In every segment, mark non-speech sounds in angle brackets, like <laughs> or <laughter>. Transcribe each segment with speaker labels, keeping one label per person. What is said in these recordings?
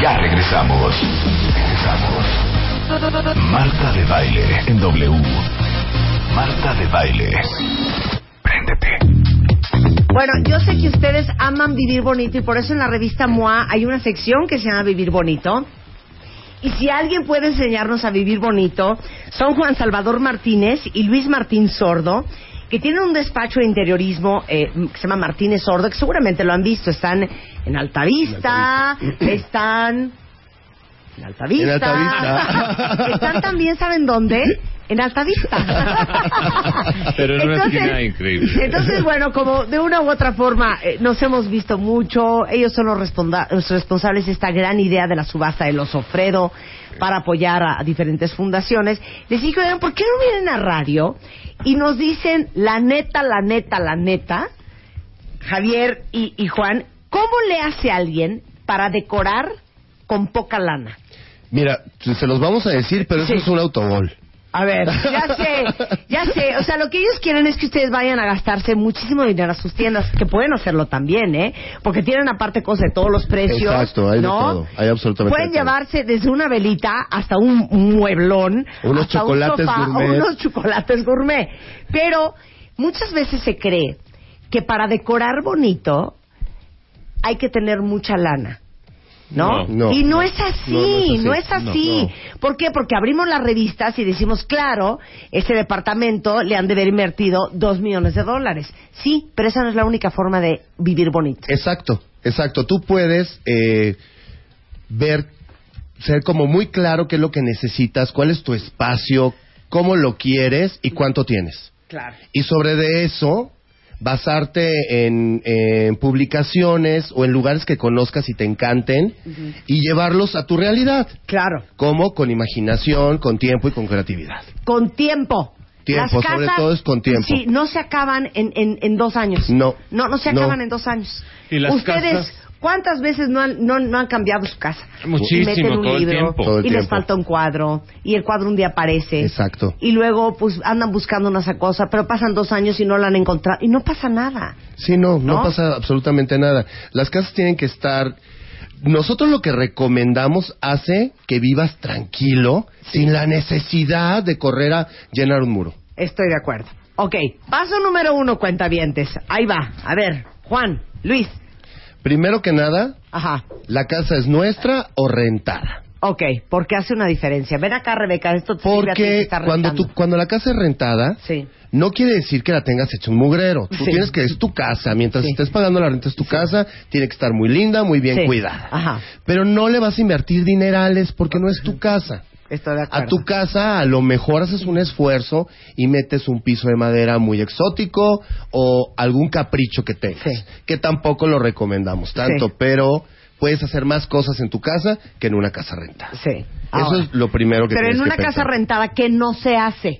Speaker 1: Ya regresamos. Regresamos. Marta de baile en W. Marta de baile. Préndete.
Speaker 2: Bueno, yo sé que ustedes aman vivir bonito y por eso en la revista MOA hay una sección que se llama Vivir Bonito. Y si alguien puede enseñarnos a vivir bonito, son Juan Salvador Martínez y Luis Martín Sordo, que tienen un despacho de interiorismo eh, que se llama Martínez Sordo, que seguramente lo han visto. Están en Altavista, están en Altavista.
Speaker 3: En Altavista.
Speaker 2: Están también, ¿saben dónde? En Altavista.
Speaker 4: Pero en una esquina increíble.
Speaker 2: Entonces, bueno, como de una u otra forma eh, nos hemos visto mucho, ellos son los, responda- los responsables de esta gran idea de la subasta de los Ofredo para apoyar a, a diferentes fundaciones. Les dije, oigan, ¿por qué no vienen a radio y nos dicen la neta, la neta, la neta? Javier y, y Juan, ¿cómo le hace alguien para decorar con poca lana?
Speaker 3: Mira, se los vamos a decir, pero
Speaker 2: Sí.
Speaker 3: eso es un autogol.
Speaker 2: A ver, <laughs> ya sé, ya sé. O sea, lo que ellos quieren es que ustedes vayan a gastarse muchísimo dinero a sus tiendas, que pueden hacerlo también, ¿eh? Porque tienen aparte cosas de todos los precios.
Speaker 3: Exacto, hay de
Speaker 2: ¿no?
Speaker 3: todo, hay absolutamente
Speaker 2: Pueden
Speaker 3: de todo.
Speaker 2: llevarse desde una velita hasta un mueblón,
Speaker 3: Unos
Speaker 2: hasta
Speaker 3: chocolates
Speaker 2: un sofá,
Speaker 3: gourmet.
Speaker 2: unos chocolates gourmet. Pero muchas veces se cree que para decorar bonito hay que tener mucha lana. ¿No?
Speaker 3: No.
Speaker 2: y no,
Speaker 3: No.
Speaker 2: es así,
Speaker 3: No, no es así.
Speaker 2: no es así.
Speaker 3: No, no.
Speaker 2: ¿Por qué? Porque abrimos las revistas y decimos, claro, este departamento le han de haber invertido dos millones de dólares. Sí, pero esa no es la única forma de vivir bonito.
Speaker 3: Exacto, exacto. Tú puedes eh, ver, ser como muy claro qué es lo que necesitas, cuál es tu espacio, cómo lo quieres y cuánto tienes.
Speaker 2: Claro.
Speaker 3: Y sobre de eso, basarte en, en publicaciones o en lugares que conozcas y te encanten y llevarlos a tu realidad.
Speaker 2: Claro.
Speaker 3: Como con imaginación, con tiempo y con creatividad.
Speaker 2: Con tiempo.
Speaker 3: Tiempo,
Speaker 2: Las
Speaker 3: sobre
Speaker 2: casas,
Speaker 3: todo es con tiempo.
Speaker 2: Sí, no se acaban en, en, en dos años.
Speaker 3: No.
Speaker 2: No, no se
Speaker 3: No.
Speaker 2: acaban en dos años.
Speaker 4: Y las
Speaker 2: Ustedes,
Speaker 4: casas-
Speaker 2: ¿cuántas veces no han, no, no han cambiado su casa?
Speaker 4: Muchísimo,
Speaker 2: Y meten un
Speaker 4: todo el
Speaker 2: libro,
Speaker 4: tiempo.
Speaker 3: Todo el
Speaker 2: y les
Speaker 3: tiempo.
Speaker 2: falta un cuadro, y el cuadro un día aparece.
Speaker 3: Exacto.
Speaker 2: Y luego, pues, andan buscando una esa cosa, pero pasan dos años y no la han encontrado. Y no pasa nada.
Speaker 3: Sí, no, no,
Speaker 2: ¿No?
Speaker 3: pasa absolutamente nada. Las casas tienen que estar. Nosotros lo que recomendamos hace que vivas tranquilo, sin la necesidad de correr a llenar un muro.
Speaker 2: Estoy de acuerdo. Ok, paso número uno, cuentavientes. Ahí va. A ver, Juan, Luis.
Speaker 3: Primero que nada,
Speaker 2: Ajá.
Speaker 3: la casa es nuestra o rentada.
Speaker 2: Ok, porque hace una diferencia. Ven acá, Rebeca, esto te sirve a ti que
Speaker 3: Porque
Speaker 2: estás
Speaker 3: cuando,
Speaker 2: rentando.
Speaker 3: tú, cuando la casa es rentada,
Speaker 2: Sí.
Speaker 3: no quiere decir que la tengas hecho un mugrero. Tú
Speaker 2: Sí.
Speaker 3: tienes que es tu casa. Mientras
Speaker 2: Sí.
Speaker 3: estés pagando la renta es tu casa, tiene que estar muy linda, muy bien
Speaker 2: Sí. Ah.
Speaker 3: cuidada.
Speaker 2: Ajá.
Speaker 3: Pero no le vas a invertir dinerales porque no es tu casa.
Speaker 2: Estoy de acuerdo.
Speaker 3: A tu casa a lo mejor haces un esfuerzo y metes un piso de madera muy exótico o algún capricho que tengas,
Speaker 2: Sí.
Speaker 3: que tampoco lo recomendamos tanto,
Speaker 2: Sí.
Speaker 3: pero puedes hacer más cosas en tu casa que en una casa renta.
Speaker 2: Sí.
Speaker 3: Eso
Speaker 2: Ahora.
Speaker 3: es lo primero que
Speaker 2: Pero en
Speaker 3: tienes que
Speaker 2: una casa
Speaker 3: pensar.
Speaker 2: rentada, ¿qué no se hace?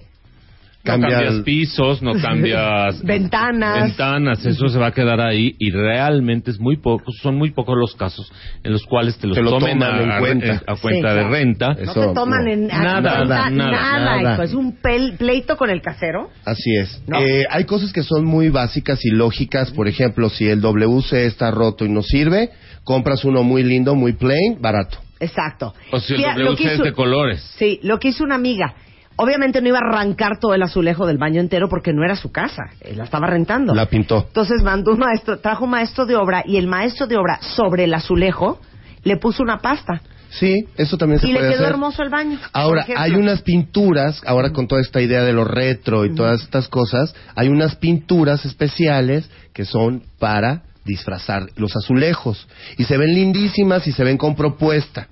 Speaker 4: No
Speaker 3: Cambia
Speaker 4: cambias
Speaker 3: el-
Speaker 4: pisos,
Speaker 3: <laughs>
Speaker 4: no cambias
Speaker 2: Ventanas.
Speaker 4: ventanas, eso se va a quedar ahí y realmente es muy poco, son muy pocos los casos en los cuales te los
Speaker 3: Te lo
Speaker 4: tomen
Speaker 3: toman
Speaker 4: a,
Speaker 3: en
Speaker 4: a-
Speaker 3: cuenta.
Speaker 4: a cuenta
Speaker 2: Sí,
Speaker 4: de
Speaker 2: claro.
Speaker 4: renta.
Speaker 2: No
Speaker 3: Eso,
Speaker 2: te toman
Speaker 3: no.
Speaker 2: en a-
Speaker 4: Nada,
Speaker 2: cuenta
Speaker 4: nada,
Speaker 2: nada,
Speaker 3: nada.
Speaker 2: hijo. Es un pel- pleito con el casero.
Speaker 3: Así es.
Speaker 2: No.
Speaker 3: Eh, hay cosas que son muy básicas y lógicas. Por ejemplo, si el WC está roto y no sirve, compras uno muy lindo, muy plain, barato.
Speaker 2: Exacto.
Speaker 4: O si
Speaker 2: Fía-
Speaker 4: lo
Speaker 2: lo que
Speaker 4: ustedes
Speaker 2: hizo-
Speaker 4: de colores.
Speaker 2: Sí, lo que hizo una amiga. Obviamente no iba a arrancar todo el azulejo del baño entero porque no era su casa, eh, la estaba rentando.
Speaker 3: La pintó.
Speaker 2: Entonces mandó un maestro, trajo un maestro de obra y el maestro de obra sobre el azulejo le puso una pasta
Speaker 3: Sí, eso también se
Speaker 2: y le
Speaker 3: puede
Speaker 2: quedó
Speaker 3: hacer.
Speaker 2: hermoso el baño.
Speaker 3: Ahora,
Speaker 2: por ejemplo.
Speaker 3: hay unas pinturas, ahora con toda esta idea de lo retro y todas estas cosas, hay unas pinturas especiales que son para disfrazar los azulejos. Y se ven lindísimas y se ven con propuesta.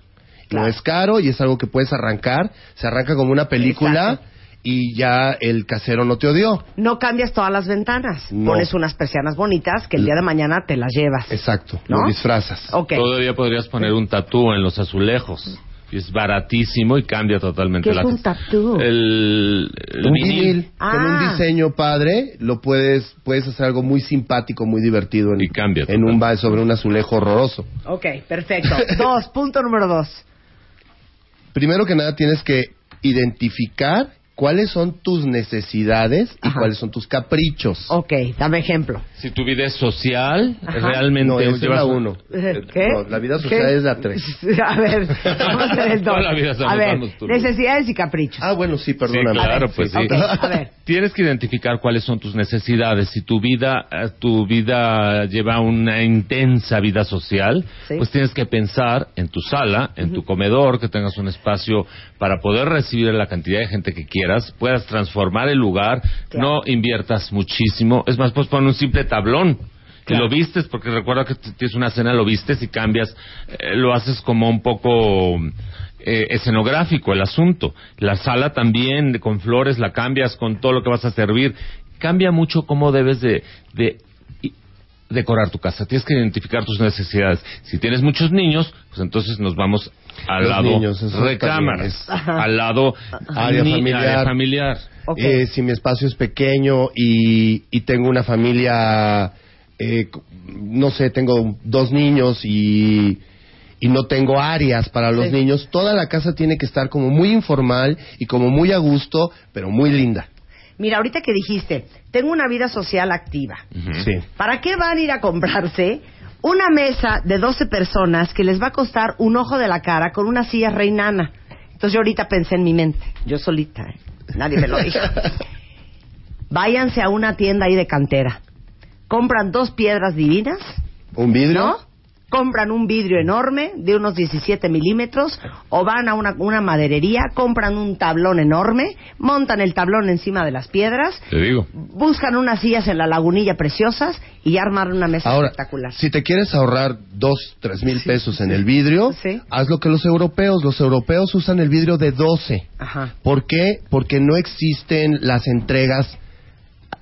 Speaker 2: Claro.
Speaker 3: No es caro y es algo que puedes arrancar. Se arranca como una película
Speaker 2: Exacto.
Speaker 3: y ya el casero no te odió.
Speaker 2: No cambias todas las ventanas,
Speaker 3: No.
Speaker 2: pones unas persianas bonitas que el día de mañana te las llevas.
Speaker 3: Exacto,
Speaker 2: ¿No?
Speaker 3: lo disfrazas.
Speaker 2: Ok.
Speaker 4: Todavía podrías poner un tatú en los azulejos. Y es baratísimo y cambia totalmente
Speaker 2: ¿Qué es
Speaker 4: la
Speaker 2: un tatú?
Speaker 4: El, el
Speaker 3: Un
Speaker 4: vinil.
Speaker 3: vinil con
Speaker 2: Ah.
Speaker 3: un diseño padre lo puedes puedes hacer algo muy simpático, muy divertido en,
Speaker 4: Y cambia
Speaker 3: en un ba- sobre un azulejo horroroso.
Speaker 2: Ok,
Speaker 3: <laughs>
Speaker 2: perfecto. dos, punto número dos.
Speaker 3: Primero que nada tienes que identificar cuáles son tus necesidades y
Speaker 2: Ajá.
Speaker 3: cuáles son tus caprichos.
Speaker 2: Ok, dame ejemplo.
Speaker 4: Si tu vida es social,
Speaker 2: Ajá.
Speaker 4: realmente
Speaker 3: No, esa es
Speaker 4: llevas
Speaker 3: la
Speaker 4: un-
Speaker 3: uno.
Speaker 2: Eh, ¿Qué?
Speaker 3: No, la vida social
Speaker 2: ¿Qué?
Speaker 3: es la tres.
Speaker 2: <laughs> A
Speaker 3: <laughs>
Speaker 2: ver, vamos a ver el dos.
Speaker 4: ¿Cuál la vida social?
Speaker 2: a ver,
Speaker 4: Vamos tú.
Speaker 2: necesidades y caprichos.
Speaker 3: Ah, bueno, sí, perdóname.
Speaker 4: Sí, claro, pues sí.
Speaker 2: Ok, a ver.
Speaker 4: Tienes que identificar cuáles son tus necesidades. Si tu vida, eh, tu vida lleva una intensa vida social,
Speaker 2: Sí.
Speaker 4: pues tienes que pensar en tu sala, en tu comedor, que tengas un espacio para poder recibir a la cantidad de gente que quieras, puedas transformar el lugar,
Speaker 2: Claro.
Speaker 4: no inviertas muchísimo. Es más, pues pon un simple tablón. que
Speaker 2: Claro.
Speaker 4: lo vistes, porque recuerda que t- tienes una cena, lo vistes y cambias, eh, lo haces como un poco eh, escenográfico el asunto. La sala también de- con flores la cambias con todo lo que vas a servir. Cambia mucho cómo debes de, de i- decorar tu casa. Tienes que identificar tus necesidades. Si tienes muchos niños, pues entonces nos vamos al
Speaker 3: Los
Speaker 4: lado
Speaker 3: niños, eso está
Speaker 4: recámaras,
Speaker 3: bien.
Speaker 2: Ajá.
Speaker 4: al lado
Speaker 3: Área
Speaker 4: ni-
Speaker 3: familiar.
Speaker 4: área familiar.
Speaker 2: Ok.
Speaker 3: Eh, si mi espacio es pequeño y, y tengo una familia, eh, c- no sé, tengo dos niños y, y no tengo áreas para los
Speaker 2: Sí.
Speaker 3: niños, toda la casa tiene que estar como muy informal y como muy a gusto, pero muy linda.
Speaker 2: Mira, ahorita que dijiste, tengo una vida social activa.
Speaker 4: Ujú.
Speaker 3: Sí.
Speaker 2: ¿Para qué van a ir a comprarse una mesa de 12 personas que les va a costar un ojo de la cara con una silla reinana? Entonces yo ahorita pensé en mi mente, yo solita, ¿eh? nadie me lo dijo. Váyanse a una tienda ahí de cantera. Compran dos piedras divinas,
Speaker 3: ¿Un vidrio?
Speaker 2: ¿no? Compran un vidrio enorme de unos 17 milímetros o van a una, una maderería, compran un tablón enorme, montan el tablón encima de las piedras
Speaker 4: Te digo.
Speaker 2: buscan unas sillas en la lagunilla preciosas y ya armaron una mesa
Speaker 3: Ahora,
Speaker 2: espectacular.
Speaker 3: si te quieres ahorrar dos, tres mil pesos en el vidrio,
Speaker 2: Sí.
Speaker 3: haz lo que los europeos. Los europeos usan el vidrio de 12.
Speaker 2: Ajá.
Speaker 3: ¿Por qué? Porque no existen las entregas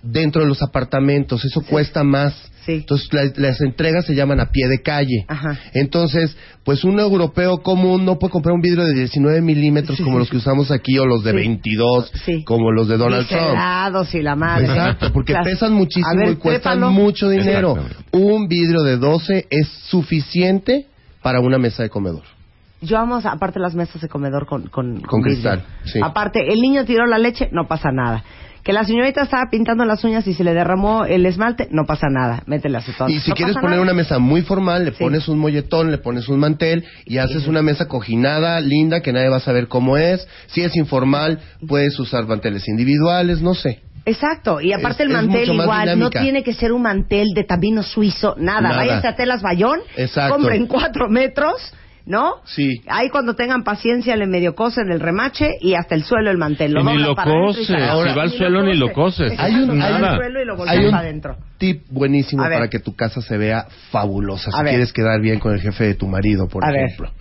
Speaker 3: dentro de los apartamentos, eso cuesta más.
Speaker 2: Sí.
Speaker 3: Entonces la- las entregas se llaman a pie de calle.
Speaker 2: Ajá.
Speaker 3: Entonces, pues un europeo común no puede comprar un vidrio de 19 milímetros
Speaker 2: Sí,
Speaker 3: como
Speaker 2: sí,
Speaker 3: los que usamos aquí o los de
Speaker 2: Sí.
Speaker 3: 22
Speaker 2: Sí.
Speaker 3: como los de Donald Trump.
Speaker 2: Biselados y la madre.
Speaker 3: Exacto, porque
Speaker 2: Claro.
Speaker 3: pesan muchísimo
Speaker 2: A ver,
Speaker 3: y cuestan
Speaker 2: trépalo.
Speaker 3: mucho dinero.
Speaker 4: Exactamente.
Speaker 3: Un vidrio de 12 es suficiente para una mesa de comedor.
Speaker 2: Yo amo, aparte, las mesas de comedor con, con,
Speaker 3: Con cristal,
Speaker 2: vidrio.
Speaker 3: sí.
Speaker 2: Aparte, el niño tiró la leche, no pasa nada. Que la señorita estaba pintando las uñas y se le derramó el esmalte, no pasa nada. Métele a su
Speaker 3: Y si quieres poner una mesa muy formal, le
Speaker 2: Sí.
Speaker 3: pones un molletón, le pones un mantel y haces una mesa cojinada, linda, que nadie va a saber cómo es. Si es informal, puedes usar manteles individuales, no sé.
Speaker 2: Exacto, y aparte el
Speaker 3: Es- es
Speaker 2: mantel
Speaker 3: mucho más
Speaker 2: igual,
Speaker 3: dinámica.
Speaker 2: no tiene que ser un mantel de tamino suizo, nada.
Speaker 3: Nada.
Speaker 2: Váyanse a telas Bayón,
Speaker 3: Exacto.
Speaker 2: compren cuatro metros, ¿no?
Speaker 3: Sí.
Speaker 2: Ahí cuando tengan paciencia le medio cosen el remache y hasta el suelo el mantel.
Speaker 4: Y ni
Speaker 2: doblan
Speaker 4: lo
Speaker 2: para adentro y
Speaker 4: coses,
Speaker 2: para-
Speaker 4: si va al suelo ni lo coses.
Speaker 2: Exacto,
Speaker 3: Hay un-
Speaker 2: va
Speaker 4: hay
Speaker 2: al
Speaker 4: un-
Speaker 2: suelo y lo
Speaker 3: hay
Speaker 2: voltean
Speaker 3: un
Speaker 2: para adentro.
Speaker 3: Tip buenísimo
Speaker 2: A ver.
Speaker 3: para que tu casa se vea fabulosa.
Speaker 2: A
Speaker 3: si
Speaker 2: ver.
Speaker 3: quieres quedar bien con el jefe de tu marido, por
Speaker 2: A ver.
Speaker 3: ejemplo.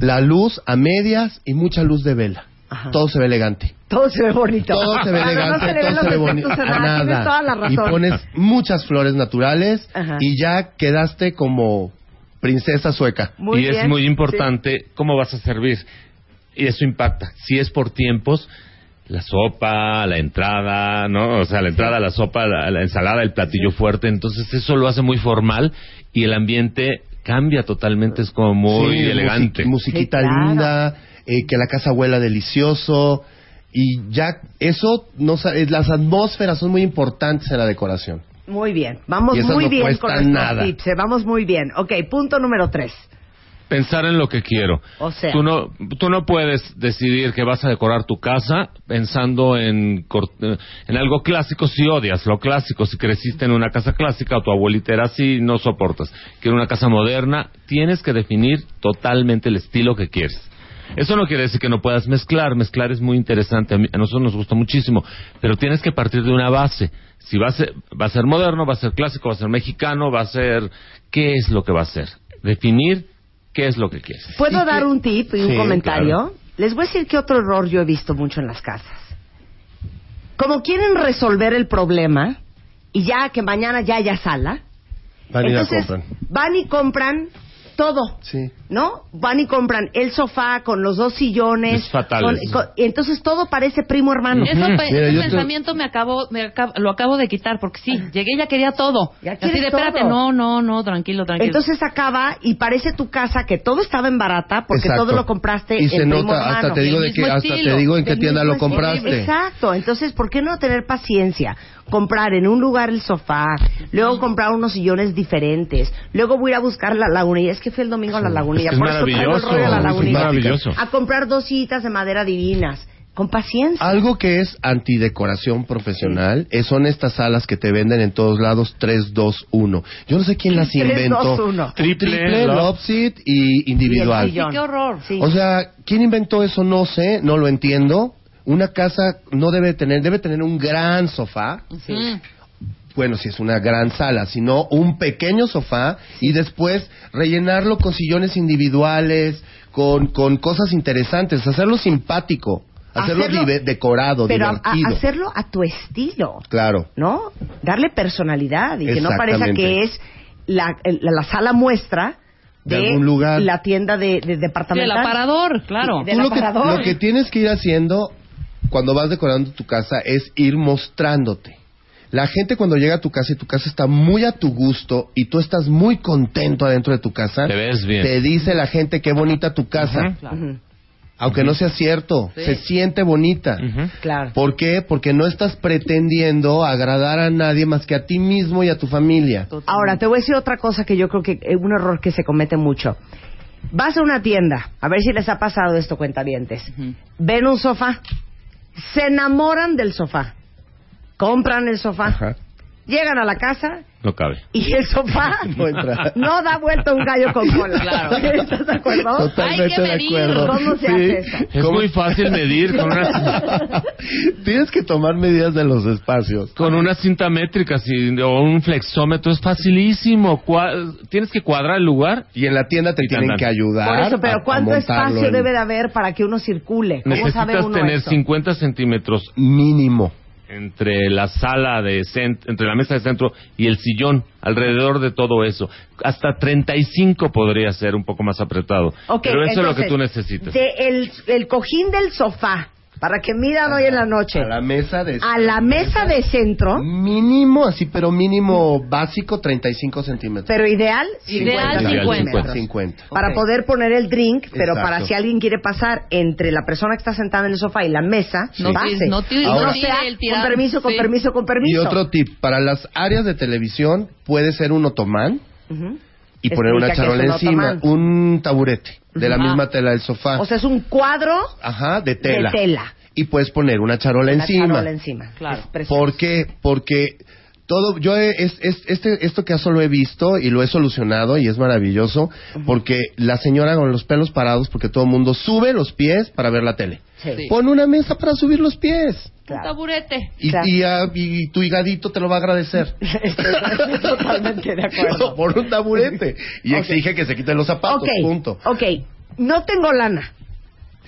Speaker 3: La luz a medias y mucha luz de vela.
Speaker 2: Ajá.
Speaker 3: Todo se
Speaker 2: <laughs>
Speaker 3: ve elegante.
Speaker 2: Todo se ve bonito.
Speaker 3: Todo se ve
Speaker 2: Ah, no,
Speaker 3: elegante,
Speaker 2: no le ven
Speaker 3: todo
Speaker 2: los defectos
Speaker 3: se ve bonito.
Speaker 2: a nada,
Speaker 3: a
Speaker 2: Tienes
Speaker 3: nada.
Speaker 2: toda la razón.
Speaker 3: Y pones muchas flores naturales
Speaker 2: Ajá.
Speaker 3: y ya quedaste como princesa sueca.
Speaker 2: Muy
Speaker 4: y es
Speaker 2: bien,
Speaker 4: muy
Speaker 2: sí.
Speaker 4: importante cómo vas a servir. Y eso impacta. Si es por tiempos, la sopa, la entrada, ¿no? O sea, la entrada, la sopa, la, la ensalada, el platillo fuerte. Entonces, eso lo hace muy formal y el ambiente cambia totalmente. Es como muy
Speaker 3: Sí,
Speaker 4: elegante.
Speaker 3: musiqui- musiquita
Speaker 2: Sí, claro.
Speaker 3: linda, eh, que la casa huela delicioso. Y ya, eso, no, sa- eh, las atmósferas son muy importantes en la decoración.
Speaker 2: Muy bien, vamos
Speaker 3: Y esas
Speaker 2: muy
Speaker 3: no
Speaker 2: bien con
Speaker 3: cuestan
Speaker 2: nuestros
Speaker 3: nada.
Speaker 2: tips, eh, vamos muy bien. Ok, punto número tres.
Speaker 4: Pensar en lo que quiero.
Speaker 2: O sea.
Speaker 4: tú no, tú no puedes decidir que vas a decorar tu casa pensando en, cor- en algo clásico si odias lo clásico, si creciste en una casa clásica o tu abuelita era así, no soportas. Quiero una casa moderna, tienes que definir totalmente el estilo que quieres. Eso no quiere decir que no puedas mezclar, mezclar es muy interesante, a, mí- a nosotros nos gusta muchísimo, pero tienes que partir de una base. Si va a, ser, va a ser moderno, va a ser clásico, va a ser mexicano, va a ser... ¿Qué es lo que va a ser? Definir qué es lo que quieres.
Speaker 2: ¿Puedo dar un tip y un
Speaker 3: Sí,
Speaker 2: comentario?
Speaker 4: claro.
Speaker 2: Les voy a decir que otro error yo he visto mucho en las casas. Como quieren resolver el problema y ya que mañana ya haya sala,
Speaker 3: Van y la
Speaker 2: entonces
Speaker 3: compran.
Speaker 2: van y compran todo.
Speaker 3: Sí.
Speaker 2: ¿No? Van y compran el sofá con los dos sillones.
Speaker 4: Es fatal
Speaker 2: con-
Speaker 4: eso.
Speaker 2: con- y entonces todo parece primo hermano.
Speaker 5: Eso
Speaker 4: Ujú.
Speaker 5: pe-
Speaker 3: Mira,
Speaker 5: ese
Speaker 3: yo te-
Speaker 5: pensamiento me acabo, me acabo- lo acabo de quitar porque sí, llegué y ya quería todo.
Speaker 2: Ya
Speaker 5: Así
Speaker 2: quieres
Speaker 5: de, espérate,
Speaker 2: todo.
Speaker 5: no, no, no, tranquilo, tranquilo.
Speaker 2: Entonces acaba y parece tu casa que todo estaba en barata porque
Speaker 3: Exacto.
Speaker 2: todo lo compraste
Speaker 3: y
Speaker 2: en
Speaker 3: se
Speaker 2: primo
Speaker 3: nota hasta
Speaker 2: hermano.
Speaker 3: te digo
Speaker 5: del
Speaker 3: de que
Speaker 5: mismo
Speaker 3: hasta te
Speaker 5: estilo,
Speaker 3: digo en qué
Speaker 2: del
Speaker 3: tienda
Speaker 2: mismo
Speaker 3: lo
Speaker 2: estilo.
Speaker 3: compraste
Speaker 2: Exacto, entonces, ¿por qué no tener paciencia? Comprar en un lugar el sofá, luego comprar unos sillones diferentes, luego voy a ir a buscar la lagunilla. Es que fui el domingo a la lagunilla,
Speaker 4: Es que es
Speaker 2: por eso traigo el
Speaker 4: maravilloso,
Speaker 2: rollo de la Ah,
Speaker 4: es
Speaker 2: lagunilla.
Speaker 4: maravilloso.
Speaker 2: A comprar dos sillitas de madera divinas, con paciencia.
Speaker 3: Algo que es antidecoración profesional eh, son estas salas que te venden en todos lados 321. Yo no sé quién las
Speaker 2: 3-2-1.
Speaker 3: inventó.
Speaker 2: Un
Speaker 4: triple
Speaker 3: triple
Speaker 4: love.
Speaker 3: love seat y
Speaker 2: Y
Speaker 3: individual.
Speaker 2: el sillón.
Speaker 5: Qué horror.
Speaker 2: Sí.
Speaker 3: O sea, ¿quién inventó eso? No sé, no lo entiendo. Una casa no debe tener, debe tener un gran sofá.
Speaker 5: Mm.
Speaker 3: Bueno, si es una gran sala, sino un pequeño sofá y después rellenarlo con sillones individuales, con, con cosas interesantes, hacerlo simpático, hacerlo,
Speaker 2: Hacerlo-
Speaker 3: dive- decorado,
Speaker 2: pero a- a-
Speaker 3: divertido.
Speaker 2: hacerlo a tu estilo.
Speaker 3: Claro.
Speaker 2: ¿no? Darle personalidad y que no parezca
Speaker 3: Exactamente.
Speaker 2: que es la, el- la sala muestra de,
Speaker 3: De algún lugar.
Speaker 2: la tienda de, de
Speaker 5: Del
Speaker 2: departamental.
Speaker 5: aparador, claro.
Speaker 2: De- del
Speaker 3: Tú lo que,
Speaker 2: aparador.
Speaker 3: lo que tienes que ir haciendo cuando vas decorando tu casa es ir mostrándote. La gente cuando llega a tu casa y tu casa está muy a tu gusto y tú estás muy contento adentro de tu casa,
Speaker 4: Te ves bien.
Speaker 3: te dice la gente qué bonita tu casa,
Speaker 2: Ujú,
Speaker 3: aunque no sea cierto,
Speaker 5: Sí.
Speaker 3: se siente bonita.
Speaker 4: Ujú.
Speaker 2: Claro.
Speaker 3: ¿Por qué? Porque no estás pretendiendo agradar a nadie más que a ti mismo y a tu familia.
Speaker 2: Ahora, te voy a decir otra cosa que yo creo que es un error que se comete mucho. Vas a una tienda, a ver si les ha pasado esto, cuentavientes.
Speaker 5: Ujú.
Speaker 2: Ven un sofá, se enamoran del sofá, compran el sofá,
Speaker 3: Ajá.
Speaker 2: llegan a la casa
Speaker 4: No cabe.
Speaker 2: y el sofá
Speaker 3: <laughs> No entra.
Speaker 2: no da vuelta un gallo con cola.
Speaker 5: Claro.
Speaker 2: <laughs> ¿Estás de acuerdo?
Speaker 5: Hay que
Speaker 3: Totalmente de
Speaker 5: medir.
Speaker 3: acuerdo.
Speaker 2: ¿Cómo se hace eso?
Speaker 4: Es
Speaker 3: ¿Cómo?
Speaker 4: muy fácil medir con una,
Speaker 3: Tienes que tomar medidas de los espacios.
Speaker 4: con una cinta métrica si- o un flexómetro. Es facilísimo. Cua- tienes que cuadrar el lugar.
Speaker 3: Y en la tienda te
Speaker 4: Y te
Speaker 3: tienen
Speaker 4: andan.
Speaker 3: que ayudar.
Speaker 2: Por eso,
Speaker 3: a-
Speaker 2: pero
Speaker 3: a
Speaker 2: ¿cuánto
Speaker 3: montarlo
Speaker 2: espacio
Speaker 3: en-
Speaker 2: debe de haber para que uno circule? ¿Cómo sabe
Speaker 4: Necesitas
Speaker 2: uno
Speaker 4: tener
Speaker 2: eso?
Speaker 4: 50 centímetros
Speaker 3: Mínimo.
Speaker 4: entre la sala de cent- entre la mesa de centro y el sillón alrededor de todo eso. Hasta 35 podría ser un poco más apretado.
Speaker 2: Ok,
Speaker 4: pero eso es lo
Speaker 2: entonces,
Speaker 4: que tú necesitas.
Speaker 2: de el, el cojín del sofá, para que midan hoy en la noche,
Speaker 3: A la mesa de...
Speaker 2: a la mesa de centro,
Speaker 3: Mínimo, así, pero mínimo básico, 35 centímetros.
Speaker 2: pero ideal,
Speaker 5: Ideal,
Speaker 2: 50
Speaker 4: 50.
Speaker 2: centímetros.
Speaker 3: 50.
Speaker 2: Para
Speaker 5: Ok.
Speaker 2: poder poner el drink, pero
Speaker 3: Exacto.
Speaker 2: para si alguien quiere pasar entre la persona que está sentada en el sofá y la mesa,
Speaker 5: No
Speaker 2: pase.
Speaker 5: tires- no tires-
Speaker 3: Ahora-
Speaker 2: No sea,
Speaker 5: el
Speaker 2: con
Speaker 5: tirar-
Speaker 2: permiso, con
Speaker 5: sí.
Speaker 2: permiso, con
Speaker 3: Y
Speaker 2: permiso.
Speaker 3: otro tip, para las áreas de televisión puede ser un otomán
Speaker 2: Ujú.
Speaker 3: y poner
Speaker 2: Explica
Speaker 3: una
Speaker 2: qué es
Speaker 3: charola
Speaker 2: un
Speaker 3: encima,
Speaker 2: otomán. Ah.
Speaker 3: un taburete de la
Speaker 5: Ujú.
Speaker 3: misma tela del sofá.
Speaker 2: O sea, es un cuadro
Speaker 3: Ajá, de tela.
Speaker 2: tela.
Speaker 3: Y puedes poner una charola
Speaker 2: Una
Speaker 3: encima.
Speaker 2: charola encima.
Speaker 5: Claro.
Speaker 2: Es precioso.
Speaker 3: ¿Por qué? Porque todo, yo he- es, es- este, esto que hago lo he visto y lo he solucionado y es maravilloso porque la señora con los pelos parados porque todo el mundo sube los pies para ver la tele.
Speaker 2: Sí.
Speaker 5: Sí.
Speaker 3: Pon una mesa para subir los pies
Speaker 5: Un
Speaker 2: Claro.
Speaker 5: taburete.
Speaker 3: y,
Speaker 2: Claro.
Speaker 3: y, ah, y tu higadito te lo va a agradecer. <laughs>
Speaker 2: Estoy <laughs> totalmente de acuerdo.
Speaker 3: Por un taburete y
Speaker 2: Ok.
Speaker 3: exige que se quiten los zapatos,
Speaker 2: Ok,
Speaker 3: punto.
Speaker 2: ok. No tengo lana.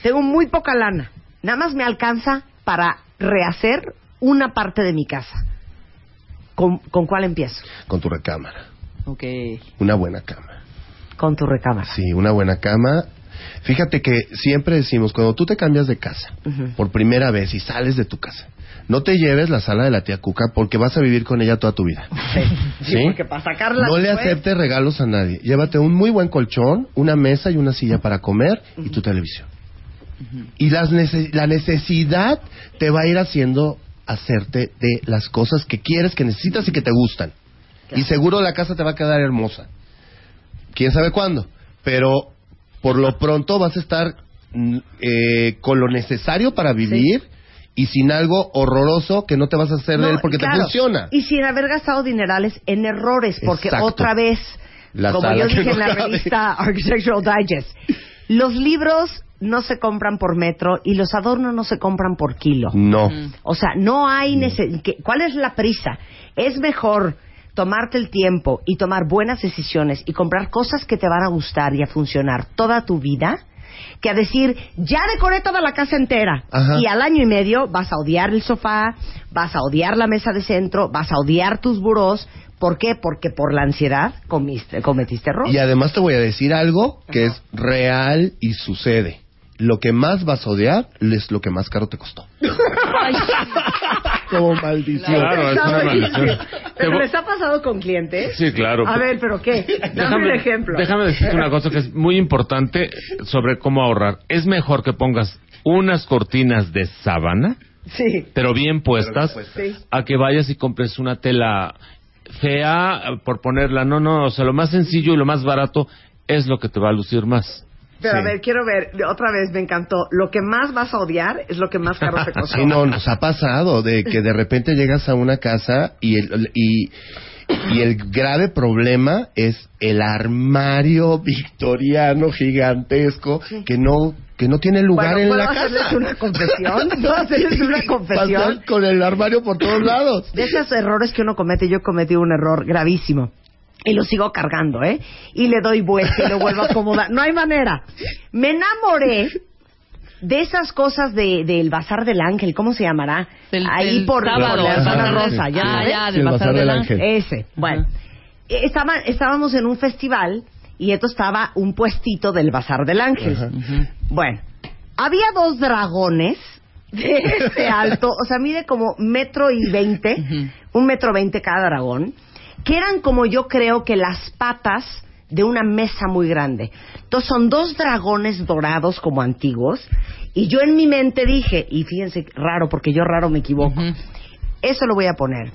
Speaker 2: Tengo muy poca lana. Nada más me alcanza para rehacer una parte de mi casa. ¿Con, con cuál empiezo?
Speaker 3: Con tu recámara,
Speaker 5: Ok.
Speaker 3: una buena cama.
Speaker 2: Con tu recámara.
Speaker 3: Ah, Sí, una buena cama. Fíjate que siempre decimos, cuando tú te cambias de casa
Speaker 2: Ujú.
Speaker 3: por primera vez y sales de tu casa, no te lleves la sala de la tía Cuca porque vas a vivir con ella toda tu vida.
Speaker 2: Sí, porque para sacarla
Speaker 3: No le
Speaker 2: después-
Speaker 3: aceptes regalos a nadie. Llévate un muy buen colchón, una mesa y una silla para comer y tu televisión. Y las nece- la necesidad te va a ir haciendo hacerte de las cosas que quieres, que necesitas y que te gustan. Y seguro la casa te va a quedar hermosa. Quién sabe cuándo. Pero por lo pronto vas a estar mm, eh, con lo necesario para vivir y sin algo horroroso que no te vas a hacer de él
Speaker 2: No,
Speaker 3: porque te
Speaker 2: claro.
Speaker 3: funciona.
Speaker 2: Y sin haber gastado dinerales en errores, porque
Speaker 3: Exacto.
Speaker 2: otra vez,
Speaker 3: La
Speaker 2: como
Speaker 3: sala
Speaker 2: yo
Speaker 3: que
Speaker 2: dije
Speaker 3: no
Speaker 2: en la
Speaker 3: cabe.
Speaker 2: revista Architectural Digest, los libros no se compran por metro y los adornos no se compran por kilo.
Speaker 3: No.
Speaker 2: O sea, no hay
Speaker 4: Mm.
Speaker 2: nece- que- ¿Cuál es la prisa? Es mejor tomarte el tiempo y tomar buenas decisiones y comprar cosas que te van a gustar y a funcionar toda tu vida que a decir, ya decoré toda la casa entera
Speaker 3: Ajá.
Speaker 2: y al año y medio vas a odiar el sofá, vas a odiar la mesa de centro, vas a odiar tus burós ¿Por qué? Porque por la ansiedad comiste, cometiste error.
Speaker 3: Y además te voy a decir algo que es real y sucede. Lo que más vas a odiar es lo que más caro
Speaker 2: <laughs>
Speaker 3: te costó. Como maldición.
Speaker 4: Claro, es una maldición. Te
Speaker 2: Pero
Speaker 4: vo-
Speaker 2: les ha pasado con clientes.
Speaker 4: Sí, claro.
Speaker 2: A ver, pero
Speaker 4: <laughs>
Speaker 2: ¿qué? Dame un ejemplo.
Speaker 4: déjame decirte una cosa que es muy importante sobre cómo ahorrar. Es mejor que pongas unas cortinas de sábana,
Speaker 2: Sí.
Speaker 4: pero bien puestas,
Speaker 2: puestas. Sí.
Speaker 4: a que vayas y compres una tela fea eh, por ponerla. No, no, o sea, lo más sencillo y lo más barato es lo que te va a lucir más.
Speaker 2: Pero a
Speaker 3: Sí.
Speaker 2: ver, quiero ver, otra vez me encantó. Lo que más vas a odiar es lo que más caro
Speaker 3: <laughs>
Speaker 2: te costó.
Speaker 3: Sí, no, nos ha pasado de que de repente llegas a una casa y el, y, y el grave problema es el armario victoriano gigantesco que no que no tiene lugar
Speaker 2: Bueno,
Speaker 3: en
Speaker 2: ¿puedo
Speaker 3: la
Speaker 2: hacerles
Speaker 3: casa.
Speaker 2: una
Speaker 3: <laughs>
Speaker 2: confesión? ¿Puedo hacerles una confesión?
Speaker 3: Pasar con el armario
Speaker 2: <laughs>
Speaker 3: por todos lados.
Speaker 2: De esos errores que uno comete, yo he cometido un error gravísimo. Y lo sigo cargando, ¿eh? Y le doy vuelta y lo vuelvo a acomodar. No hay manera. Me enamoré de esas cosas de, del Bazar del Ángel, ¿cómo se llamará?
Speaker 5: Del-
Speaker 2: Ahí
Speaker 5: del
Speaker 2: por, por
Speaker 5: sábado,
Speaker 2: la
Speaker 5: el
Speaker 2: zona
Speaker 5: Bazar del-
Speaker 2: rosa, ya.
Speaker 5: Ah,
Speaker 2: sabes.
Speaker 5: ya,
Speaker 3: Sí,
Speaker 5: del
Speaker 3: el
Speaker 5: Bazar
Speaker 3: Bazar
Speaker 5: del
Speaker 3: del
Speaker 5: Ángel.
Speaker 3: Ángel.
Speaker 2: Ese, bueno. Eh, Estaba, estábamos en un festival y esto estaba un puestito del Bazar del Ángel. Bueno, había dos dragones de este alto, o sea, mide como metro y veinte, un metro veinte cada dragón, que eran como yo creo que las patas de una mesa muy grande. Entonces son dos dragones dorados como antiguos y yo en mi mente dije, y fíjense, raro, porque yo raro me equivoco,
Speaker 5: Ujú.
Speaker 2: eso lo voy a poner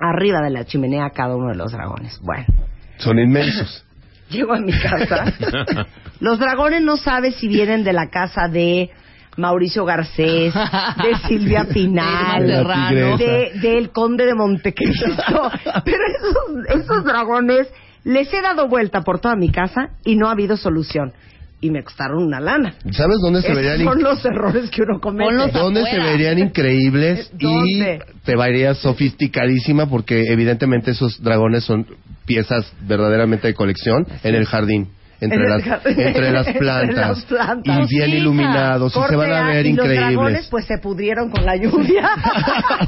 Speaker 2: arriba de la chimenea cada uno de los dragones. Bueno, <laughs>
Speaker 3: Son inmensos.
Speaker 2: llego a mi casa. los dragones no sabes si vienen de la casa de Mauricio Garcés, de Silvia Pinal,
Speaker 5: De
Speaker 3: la tigresa.
Speaker 2: de- del conde de Montecristo. Pero esos, esos dragones les he dado vuelta por toda mi casa y no ha habido solución. Y me costaron una lana.
Speaker 3: ¿Sabes dónde se verían
Speaker 2: Esos son
Speaker 3: in-
Speaker 2: los errores que uno comete.
Speaker 5: Ponlos
Speaker 3: dónde se
Speaker 5: afuera.
Speaker 3: verían increíbles
Speaker 2: <laughs>
Speaker 3: y
Speaker 2: ¿Dónde?
Speaker 3: te verías sofisticadísima porque evidentemente esos dragones son piezas verdaderamente de colección en el jardín. Entre,
Speaker 2: En el
Speaker 3: las,
Speaker 2: jardín.
Speaker 3: entre
Speaker 2: <laughs>
Speaker 3: las
Speaker 2: Entre
Speaker 3: plantas,
Speaker 2: las plantas.
Speaker 3: y bien
Speaker 5: Cositas.
Speaker 3: iluminados y se
Speaker 2: Corte
Speaker 3: van a
Speaker 2: A,
Speaker 3: ver
Speaker 2: y Los dragones
Speaker 3: increíbles.
Speaker 2: pues se pudrieron con la lluvia.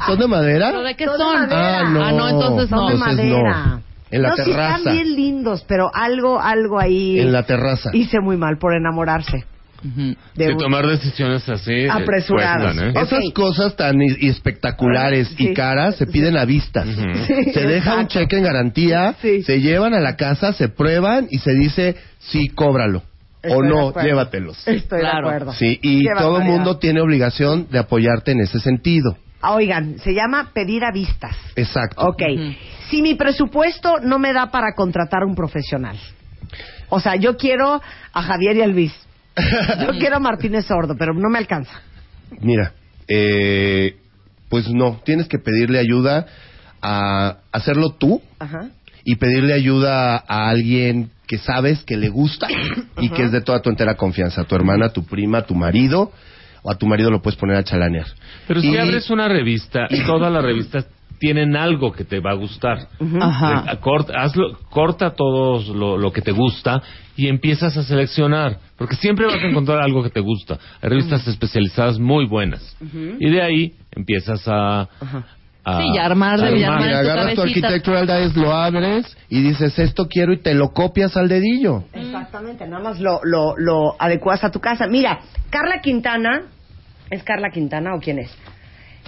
Speaker 3: <laughs> ¿Son de madera?
Speaker 5: ¿Pero de qué
Speaker 2: Son de
Speaker 5: son?
Speaker 2: madera.
Speaker 3: Ah, no.
Speaker 5: Ah, no, entonces
Speaker 2: Son
Speaker 5: no.
Speaker 2: de
Speaker 3: Entonces no.
Speaker 2: madera.
Speaker 3: En la
Speaker 2: no, sí
Speaker 3: terraza.
Speaker 2: están bien lindos, pero algo, algo ahí
Speaker 3: En la terraza.
Speaker 2: hice muy mal por enamorarse.
Speaker 5: Ujú.
Speaker 2: De
Speaker 4: Si
Speaker 2: un-
Speaker 4: tomar decisiones así. eh,
Speaker 2: Apresuradas.
Speaker 4: cuestan, ¿eh?
Speaker 2: Ok.
Speaker 3: Esas cosas tan i- y espectaculares
Speaker 2: Sí.
Speaker 3: y caras se piden a vistas.
Speaker 4: Ujú.
Speaker 2: Sí,
Speaker 3: se deja un
Speaker 2: exacto.
Speaker 3: cheque en garantía,
Speaker 2: Sí.
Speaker 3: se llevan a la casa, se prueban y se dice, sí, cóbralo.
Speaker 2: Estoy
Speaker 3: o
Speaker 2: de
Speaker 3: no,
Speaker 2: acuerdo.
Speaker 3: llévatelos.
Speaker 2: Estoy
Speaker 5: Claro.
Speaker 2: de acuerdo.
Speaker 3: Sí, y
Speaker 2: Qué
Speaker 3: todo el
Speaker 2: barbaridad.
Speaker 3: mundo tiene obligación de apoyarte en ese sentido.
Speaker 2: Ah, Oigan, se llama pedir a vistas.
Speaker 3: Exacto.
Speaker 2: Ok. Si mi presupuesto no me da para contratar un profesional. O sea, yo quiero a Javier y a
Speaker 3: <laughs>
Speaker 2: Luis. Yo quiero a Martínez Sordo, pero no me alcanza. Oh.
Speaker 3: Mira, eh, pues no, tienes que pedirle ayuda a hacerlo tú
Speaker 2: Ajá.
Speaker 3: y pedirle ayuda a alguien que sabes que le gusta y que es de toda tu entera confianza, a tu hermana, a tu prima, a tu marido, o a tu marido lo puedes poner a chalanear.
Speaker 4: Pero si
Speaker 3: Y-
Speaker 4: abres una revista
Speaker 3: <laughs>
Speaker 4: y todas las revistas tienen algo que te va a gustar.
Speaker 5: Ajá.
Speaker 4: Eh, Corta, hazlo- corta todo lo, lo que te gusta y empiezas a seleccionar, porque siempre
Speaker 5: <coughs>
Speaker 4: vas a encontrar algo que te gusta. Hay revistas especializadas muy buenas. Y de ahí empiezas a... a-
Speaker 5: Sí, y armar de- y armar
Speaker 3: Mira,
Speaker 5: tu
Speaker 3: agarras tu
Speaker 5: cabecita.
Speaker 3: architectural dies, lo abres y dices esto quiero y te lo copias al dedillo.
Speaker 5: Mm.
Speaker 2: Exactamente, nada más lo, lo, lo adecuas a tu casa. Mira, Carla Quintana, ¿es Carla Quintana o quién es?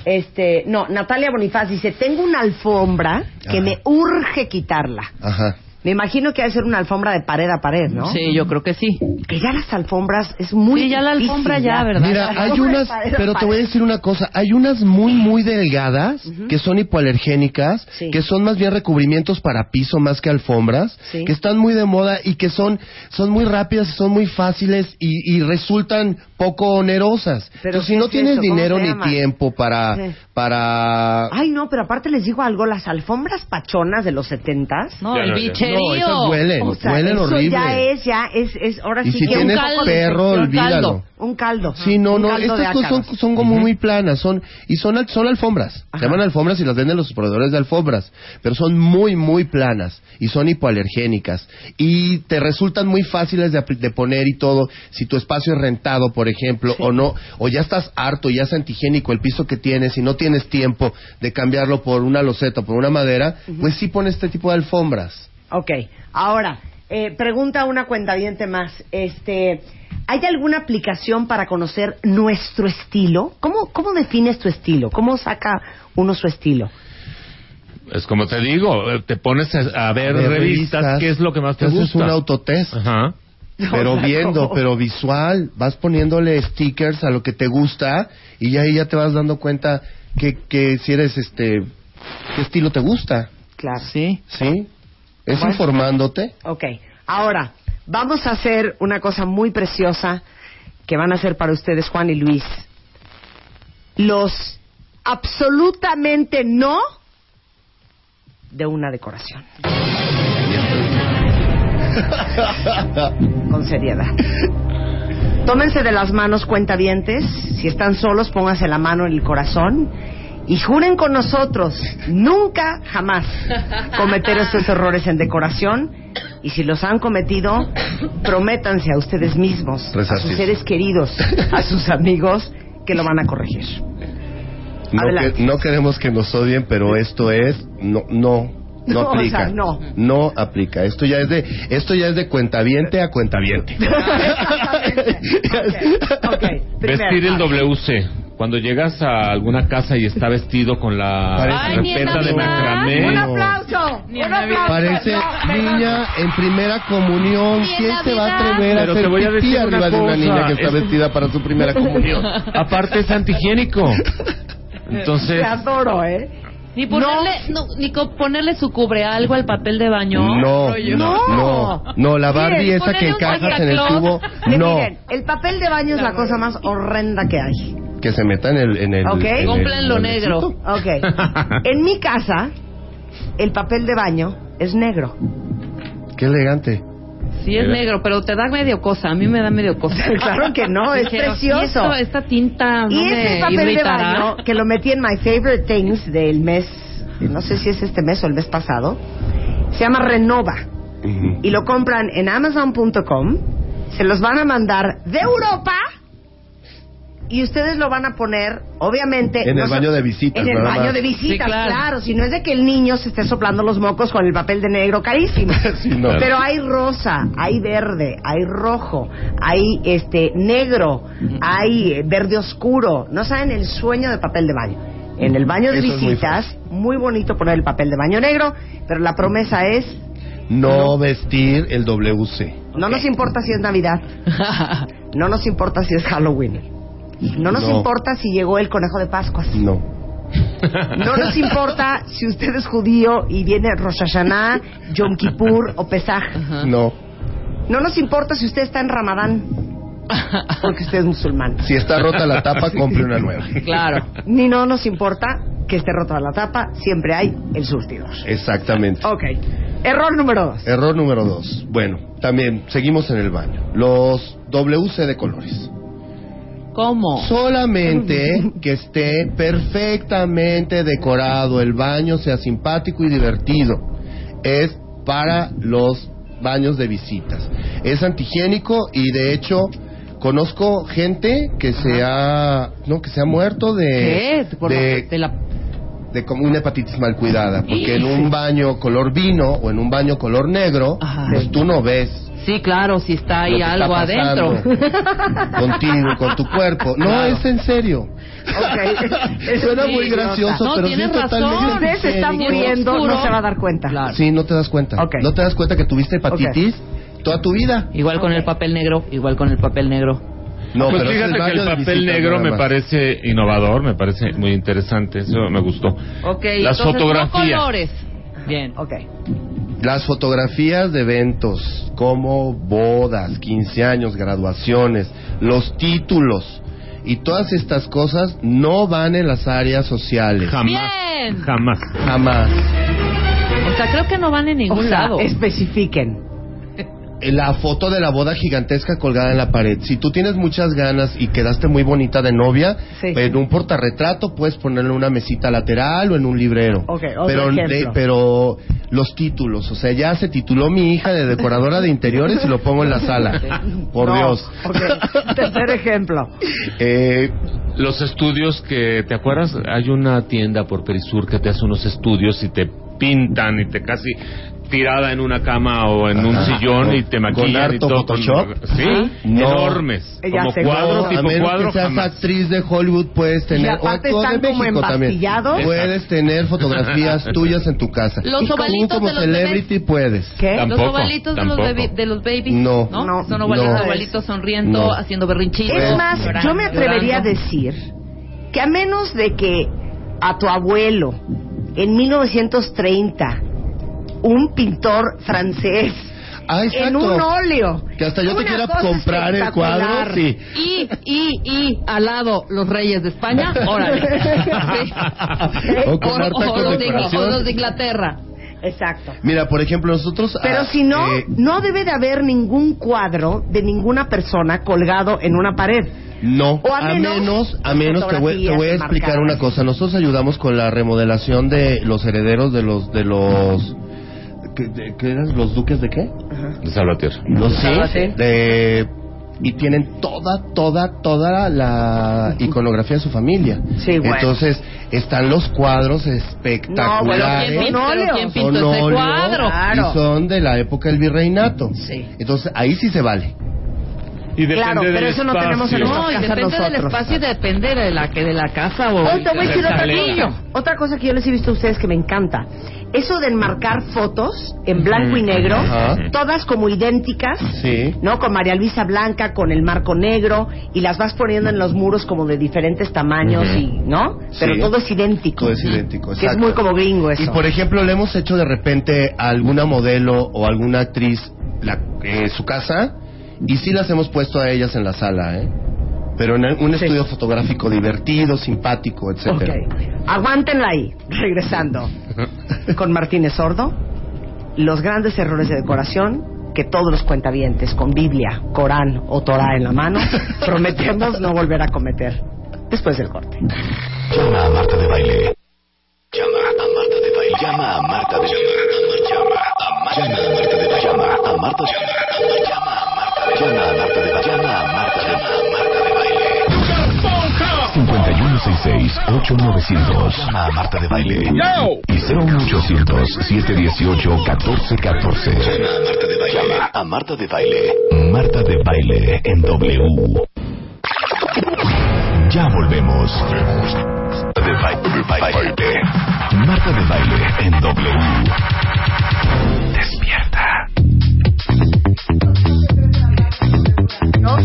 Speaker 2: Este, no, Natalia Bonifaz dice, tengo una alfombra que
Speaker 3: Ajá.
Speaker 2: me urge quitarla.
Speaker 3: Ajá.
Speaker 2: Me imagino que ha de ser una alfombra de pared a pared, ¿no?
Speaker 5: Sí, yo creo que sí.
Speaker 2: Que ya las alfombras es muy
Speaker 5: Sí, ya la
Speaker 2: difícil,
Speaker 5: alfombra ya, ¿verdad?
Speaker 3: Mira,
Speaker 2: La
Speaker 3: hay
Speaker 2: alfombra de
Speaker 3: unas,
Speaker 2: pared
Speaker 3: pero te
Speaker 2: pared.
Speaker 3: voy a decir una cosa, hay unas muy, muy delgadas, que son hipoalergénicas,
Speaker 2: Sí.
Speaker 3: que son más bien recubrimientos para piso más que alfombras,
Speaker 2: Sí.
Speaker 3: que están muy de moda y que son, son muy rápidas, son muy fáciles y, y resultan poco onerosas.
Speaker 2: Pero
Speaker 3: Pero
Speaker 2: ¿qué
Speaker 3: si no
Speaker 2: es
Speaker 3: tienes
Speaker 2: eso? ¿Cómo
Speaker 3: dinero
Speaker 2: se
Speaker 3: ni
Speaker 2: llama?
Speaker 3: tiempo para,
Speaker 2: Sí.
Speaker 3: para...
Speaker 2: Ay, no, pero aparte les digo algo, las alfombras pachonas de los setentas.
Speaker 5: No,
Speaker 4: Ya,
Speaker 5: el
Speaker 4: no, ya.
Speaker 5: biche Caserío.
Speaker 3: esas huelen,
Speaker 2: O sea,
Speaker 3: huelen
Speaker 2: eso
Speaker 3: horrible.
Speaker 2: ya es, ya es, es ahora
Speaker 3: Y
Speaker 2: sí
Speaker 3: si
Speaker 2: que un
Speaker 3: tienes
Speaker 2: caldo, de
Speaker 3: perro,
Speaker 2: infección,
Speaker 3: olvídalo.
Speaker 2: caldo, un caldo.
Speaker 3: Sí, no,
Speaker 2: un
Speaker 3: no,
Speaker 2: caldo de
Speaker 3: estas cosas son,
Speaker 2: ácaros.
Speaker 3: son como muy planas, son y son al- son alfombras.
Speaker 2: Ajá.
Speaker 3: Llaman alfombras y las venden los proveedores de alfombras, pero son muy muy planas y son hipoalergénicas y te resultan muy fáciles de, apl- de poner y todo. Si tu espacio es rentado, por ejemplo, o no, o ya estás harto, ya es antihigiénico el piso que tienes y no tienes tiempo de cambiarlo por una loseta, por una madera, pues sí pon este tipo de alfombras.
Speaker 2: Ok, ahora, eh, pregunta una cuentaviente más. Este, ¿Hay alguna aplicación para conocer nuestro estilo? ¿Cómo, ¿Cómo defines tu estilo? ¿Cómo saca uno su estilo?
Speaker 4: Es como te digo, eh, te pones a, a ver
Speaker 3: De
Speaker 4: revistas, qué es lo que más te
Speaker 3: Entonces,
Speaker 4: gusta.
Speaker 3: Es un autotest.
Speaker 4: Ajá.
Speaker 2: O
Speaker 3: pero
Speaker 2: sea,
Speaker 3: viendo,
Speaker 2: ¿cómo?
Speaker 3: pero visual, vas poniéndole stickers a lo que te gusta y ya ahí ya te vas dando cuenta que, que si eres este, qué estilo te gusta,
Speaker 2: Claro.
Speaker 6: Sí.
Speaker 3: ¿sí? Es informándote.
Speaker 2: Ok, ahora, vamos a hacer una cosa muy preciosa que van a hacer para ustedes Juan y Luis. Los absolutamente no de una decoración. Con seriedad. Tómense de las manos cuentavientes, si están solos pónganse la mano en el corazón y juren con nosotros nunca jamás cometer estos errores en decoración y si los han cometido prométanse a ustedes mismos, a sus
Speaker 3: Resarcirse.
Speaker 2: seres queridos, a sus amigos que lo van a corregir.
Speaker 3: No,
Speaker 2: Adelante.
Speaker 3: que- no queremos que nos odien, pero esto es no no
Speaker 2: <laughs>
Speaker 3: no,
Speaker 2: No, o
Speaker 3: aplica.
Speaker 2: sea, no.
Speaker 3: No aplica. Esto ya es de esto ya es de cuentaviente a
Speaker 2: <laughs>
Speaker 3: cuentaviente.
Speaker 2: Exactamente. Ok, ok. Primero,
Speaker 4: Vestir el
Speaker 2: vale.
Speaker 4: WC. Cuando llegas a alguna casa y está vestido con la
Speaker 3: Parece-
Speaker 5: Ay, ni en
Speaker 4: carpeta de
Speaker 5: Navidad.
Speaker 4: macramé.
Speaker 2: Un aplauso.
Speaker 5: Ni
Speaker 2: un
Speaker 5: en Navidad.
Speaker 2: aplauso.
Speaker 3: Parece
Speaker 2: No, venga.
Speaker 3: niña en primera comunión.
Speaker 5: Y en
Speaker 3: ¿Quién se va a
Speaker 5: Navidad.
Speaker 3: atrever a
Speaker 4: Pero te
Speaker 3: hacer
Speaker 4: voy a
Speaker 3: pipí
Speaker 4: decir una
Speaker 3: arriba de una
Speaker 4: cosa.
Speaker 3: niña que está
Speaker 4: Es-
Speaker 3: vestida para su primera comunión?
Speaker 4: Aparte es antihigiénico.
Speaker 2: Te
Speaker 4: Entonces,
Speaker 2: adoro, ¿eh?
Speaker 5: Ni ponerle, no, ni co- ponerle su cubre algo al papel de baño.
Speaker 3: No,
Speaker 5: Rollo.
Speaker 3: no, no, no, la Barbie
Speaker 5: Miren,
Speaker 3: esa que
Speaker 5: ponele un
Speaker 3: encajas en el
Speaker 5: Santa
Speaker 3: tubo,
Speaker 5: Claus.
Speaker 2: Que
Speaker 3: no,
Speaker 2: Miren, el papel de baño es la cosa más horrenda que hay.
Speaker 3: que se meta en el, en el,
Speaker 2: Ok.
Speaker 3: en el
Speaker 5: Compren lo negro.
Speaker 2: Ok. en mi casa, el papel de baño es negro.
Speaker 3: Qué elegante.
Speaker 5: Sí es negro, pero te da medio cosa. A mí me da medio cosa.
Speaker 2: <laughs> Claro que no, es
Speaker 5: Dijeron,
Speaker 2: precioso.
Speaker 5: "Y esto- esta tinta no
Speaker 2: y ese
Speaker 5: me
Speaker 2: papel de
Speaker 5: irritará".
Speaker 2: baño, que lo metí en My Favorite Things del mes, no sé si es este mes o el mes pasado, se llama Renova. y lo compran en Amazon.com, se los van a mandar de Europa y ustedes lo van a poner, obviamente.
Speaker 3: En el
Speaker 2: se-
Speaker 3: baño de visitas,
Speaker 2: En el
Speaker 3: nada
Speaker 2: baño
Speaker 3: más.
Speaker 2: de visitas,
Speaker 5: Sí,
Speaker 2: claro.
Speaker 5: claro.
Speaker 2: Si no es de que el niño se esté soplando los mocos con el papel de negro carísimo.
Speaker 3: <laughs> Sí, no.
Speaker 2: Pero hay rosa, hay verde, hay rojo, hay este negro, hay eh, verde oscuro. No saben el sueño de papel de baño. En el baño de
Speaker 3: Eso es muy
Speaker 2: visitas, muy bonito poner el papel de baño negro, pero la promesa es
Speaker 3: No vestir el WC.
Speaker 2: no nos importa si es Navidad. No nos importa si es Halloween. No nos
Speaker 3: No.
Speaker 2: importa si llegó el conejo de Pascuas.
Speaker 3: <laughs> No.
Speaker 2: No nos importa si usted es judío y viene Rosh Hashanah, Yom Kippur o Pesaj.
Speaker 3: No.
Speaker 2: No nos importa si usted está en Ramadán, porque usted es musulmán.
Speaker 3: Si está rota
Speaker 2: <laughs>
Speaker 3: la tapa, compre una nueva.
Speaker 5: <laughs> Claro.
Speaker 2: Ni no nos importa que esté rota la tapa, siempre hay el surtidor.
Speaker 3: Exactamente.
Speaker 2: Ok. Error número dos.
Speaker 3: Error número dos. Bueno, también seguimos en el baño. Los WC de colores.
Speaker 5: ¿Cómo?
Speaker 3: Solamente que esté perfectamente decorado el baño, sea simpático y divertido. Es para los baños de visitas. Es antihigiénico y de hecho conozco gente que se ha no que se ha muerto de
Speaker 5: ¿Qué? Por la-
Speaker 3: de,
Speaker 5: de la-
Speaker 3: de como una hepatitis mal cuidada, porque en un baño color vino o en un baño color negro,
Speaker 5: Ajá.
Speaker 3: pues tú no ves
Speaker 5: Sí, claro, si está
Speaker 3: lo
Speaker 5: ahí
Speaker 3: que está
Speaker 5: algo
Speaker 2: <laughs>
Speaker 3: pasando
Speaker 5: adentro. <laughs>
Speaker 3: Contigo, con tu cuerpo. No,
Speaker 5: Claro.
Speaker 3: es en serio.
Speaker 2: Ok.
Speaker 3: <laughs> Suena
Speaker 5: sí,
Speaker 3: muy gracioso,
Speaker 5: no,
Speaker 3: pero sí
Speaker 5: tienes
Speaker 3: es
Speaker 5: razón.
Speaker 2: Si
Speaker 3: totalmente
Speaker 2: usted se está
Speaker 3: en serio.
Speaker 2: muriendo, no
Speaker 5: Oscuro.
Speaker 2: se va a dar cuenta.
Speaker 5: Claro.
Speaker 3: Sí, no te das cuenta.
Speaker 2: Ok.
Speaker 3: No te das cuenta que tuviste hepatitis toda tu vida.
Speaker 6: Igual con el papel negro, igual con el papel negro.
Speaker 3: No,
Speaker 4: pues
Speaker 3: pero es
Speaker 4: fíjate
Speaker 3: el
Speaker 4: que
Speaker 3: baño
Speaker 4: el
Speaker 3: de
Speaker 4: papel
Speaker 3: visitas
Speaker 4: negro
Speaker 3: nada
Speaker 4: me
Speaker 3: más.
Speaker 4: parece innovador, me parece muy interesante, eso me gustó.
Speaker 5: Ok, entonces,
Speaker 4: Las
Speaker 5: no
Speaker 4: fotografías.
Speaker 5: colores.
Speaker 6: Bien.
Speaker 2: Ok.
Speaker 3: Las fotografías de eventos, como bodas, 15 años, graduaciones, los títulos y todas estas cosas no van en las áreas sociales.
Speaker 4: Jamás.
Speaker 5: Bien.
Speaker 4: Jamás.
Speaker 3: Jamás.
Speaker 5: O sea, creo que no van en
Speaker 2: O
Speaker 5: ningún
Speaker 2: sea,
Speaker 5: lado.
Speaker 2: especifiquen.
Speaker 3: eh, la foto de la boda gigantesca colgada en la pared. Si tú tienes muchas ganas y quedaste muy bonita de novia, pues,
Speaker 2: Sí.
Speaker 3: en un portarretrato puedes ponerle una mesita lateral o en un librero.
Speaker 2: Ok, otro
Speaker 3: pero,
Speaker 2: ejemplo.
Speaker 3: de- pero los títulos, o sea, ya se tituló mi hija de decoradora de interiores y lo pongo en
Speaker 2: <laughs>
Speaker 3: la sala. <laughs> Por
Speaker 2: No,
Speaker 3: Dios.
Speaker 2: ok.
Speaker 3: <laughs>
Speaker 2: Tercer ejemplo.
Speaker 3: Eh,
Speaker 4: Los estudios que, ¿te acuerdas? Hay una tienda por Perisur que te hace unos estudios y te pintan y te casi tirada en una cama o en un
Speaker 3: Ajá.
Speaker 4: sillón y te
Speaker 3: Con
Speaker 4: maquillan y
Speaker 3: harto
Speaker 4: todo. con-
Speaker 3: Photoshop.
Speaker 4: Sí,
Speaker 3: Ajá. No.
Speaker 4: enormes.
Speaker 2: Ella
Speaker 4: como
Speaker 2: se
Speaker 4: cuadro,
Speaker 3: no, a
Speaker 4: tipo
Speaker 3: menos
Speaker 4: cuadro
Speaker 3: que seas
Speaker 4: jamás.
Speaker 3: actriz de Hollywood puedes tener
Speaker 2: Y aparte
Speaker 3: o actor de
Speaker 2: están como
Speaker 3: México también.
Speaker 2: empastillados.
Speaker 3: Puedes tener fotografías tuyas en tu casa.
Speaker 5: Los
Speaker 3: Y tú
Speaker 5: ovalitos
Speaker 3: como
Speaker 5: de los
Speaker 3: celebrity puedes.
Speaker 2: ¿Qué?
Speaker 4: Tam-
Speaker 5: Los
Speaker 4: Tampoco,
Speaker 5: ovalitos de los,
Speaker 4: tampoco.
Speaker 5: baby- de los babies.
Speaker 3: No,
Speaker 5: ¿no?
Speaker 2: no,
Speaker 5: Son ovalitos,
Speaker 3: no.
Speaker 5: ovalitos sonriendo,
Speaker 3: No.
Speaker 5: haciendo berrinchitos.
Speaker 2: Es más, yo me atrevería a
Speaker 5: llorando.
Speaker 2: decir que a menos de que a tu abuelo en 1930 un pintor francés
Speaker 3: Ah, exacto.
Speaker 2: en un óleo
Speaker 3: Que hasta yo te
Speaker 2: una
Speaker 3: quiera
Speaker 2: cosa
Speaker 3: comprar el cuadro,
Speaker 2: espectacular.
Speaker 3: sí.
Speaker 5: Y, y, y, al lado, los reyes de España,
Speaker 3: <laughs>
Speaker 5: órale. Sí.
Speaker 3: O con
Speaker 5: O-
Speaker 3: harta
Speaker 5: o los de-
Speaker 3: condecoración.
Speaker 5: o los de Inglaterra.
Speaker 2: Exacto.
Speaker 3: Mira, por ejemplo, nosotros...
Speaker 2: Pero
Speaker 3: ah,
Speaker 2: si no,
Speaker 3: eh,
Speaker 2: no debe de haber ningún cuadro de ninguna persona colgado en una pared.
Speaker 3: no,
Speaker 2: o a
Speaker 3: a
Speaker 2: menos-
Speaker 3: menos, a menos te voy, te voy a
Speaker 2: fotografías
Speaker 3: explicar
Speaker 2: marcadas.
Speaker 3: una cosa. Nosotros ayudamos con la remodelación de los herederos de los... de los ¿Qué, de- qué eran? ¿Los duques de qué?
Speaker 4: De Salvatierra.
Speaker 3: Los sí,
Speaker 2: Sálvate.
Speaker 3: de- y tienen toda, toda, toda la iconografía de su familia.
Speaker 2: Sí, bueno.
Speaker 3: Entonces, están los cuadros
Speaker 2: No, bueno,
Speaker 3: espectaculares.
Speaker 5: ¿Quién pintó,
Speaker 2: Son
Speaker 5: ¿quién
Speaker 2: óleos.
Speaker 5: pintó
Speaker 3: Son
Speaker 5: ese
Speaker 3: óleos
Speaker 5: cuadro?
Speaker 2: Claro.
Speaker 3: Y son de la época del virreinato.
Speaker 2: Sí.
Speaker 3: Entonces, ahí sí se vale.
Speaker 4: Y depende
Speaker 2: Claro,
Speaker 4: del
Speaker 2: pero eso no
Speaker 4: espacio.
Speaker 2: tenemos en nuestras
Speaker 5: No, y
Speaker 2: casas
Speaker 5: depende del
Speaker 2: nosotros.
Speaker 5: espacio y depende de la, que de la casa o
Speaker 2: Oh, te voy a decir
Speaker 4: Del
Speaker 2: otra
Speaker 4: talento.
Speaker 2: cosa. Otra cosa que yo les he visto a ustedes que me encanta. Eso de enmarcar fotos en blanco y negro,
Speaker 3: Ajá.
Speaker 2: todas como idénticas,
Speaker 3: Sí.
Speaker 2: ¿no? Con María Luisa Blanca, con el marco negro, y las vas poniendo en los muros como de diferentes tamaños,
Speaker 4: Ujú.
Speaker 2: y ¿no? Pero
Speaker 3: Sí.
Speaker 2: todo es idéntico.
Speaker 3: Todo es idéntico,
Speaker 2: Que es
Speaker 3: exacto.
Speaker 2: muy como gringo eso.
Speaker 3: Y por ejemplo, le hemos hecho de repente a alguna modelo o alguna actriz la, eh, su casa y sí las hemos puesto a ellas en la sala, ¿eh? Pero en un
Speaker 2: Sí.
Speaker 3: estudio fotográfico divertido, simpático, etcétera.
Speaker 2: Ok. Aguántenla ahí, regresando. Con Martínez Sordo, los grandes errores de decoración que todos los cuentavientes con Biblia, Corán o Torah en la mano prometemos no volver a cometer después del corte.
Speaker 1: Llama a Marta de Baile. Llama a Marta de Baile. Llama a Marta de Baile. Llama a Marta de Baile. Llama a Marta de Baile. Llama a Marta de Baile. Llama a Marta de Baile. Llama a Marta de Baile. Llama a Marta de Baile. 5166-8900. Llama a Marta de Baile. Y 01800-718-1414. Llama a Marta de Baile. Llama a Marta de Baile. Marta de Baile en W. Ya volvemos. De ba- de baile. Marta de baile en W. Despierta.
Speaker 2: ¿no?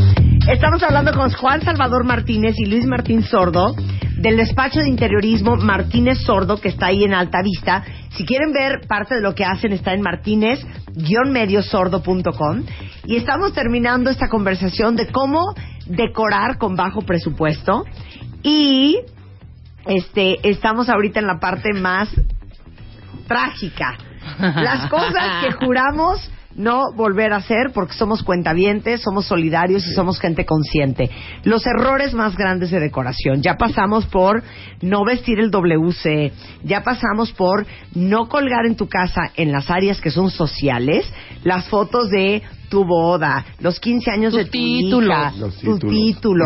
Speaker 2: Estamos hablando con Juan Salvador Martínez y Luis Martín Sordo del despacho de interiorismo Martínez Sordo que está ahí en Altavista. Si quieren ver parte de lo que hacen está en martínez-mediosordo.com y estamos terminando esta conversación de cómo decorar con bajo presupuesto y este estamos ahorita en la parte más trágica. Las cosas que juramos no volver a hacer porque somos cuentavientes, somos solidarios y somos gente consciente. Los errores más grandes de decoración. Ya pasamos por no vestir el WC, ya pasamos por no colgar en tu casa en las áreas que son sociales las fotos de tu boda, los 15 años
Speaker 5: Tus
Speaker 2: de tu
Speaker 5: títulos.
Speaker 2: hija,
Speaker 3: Los
Speaker 2: tu
Speaker 3: títulos.
Speaker 2: título,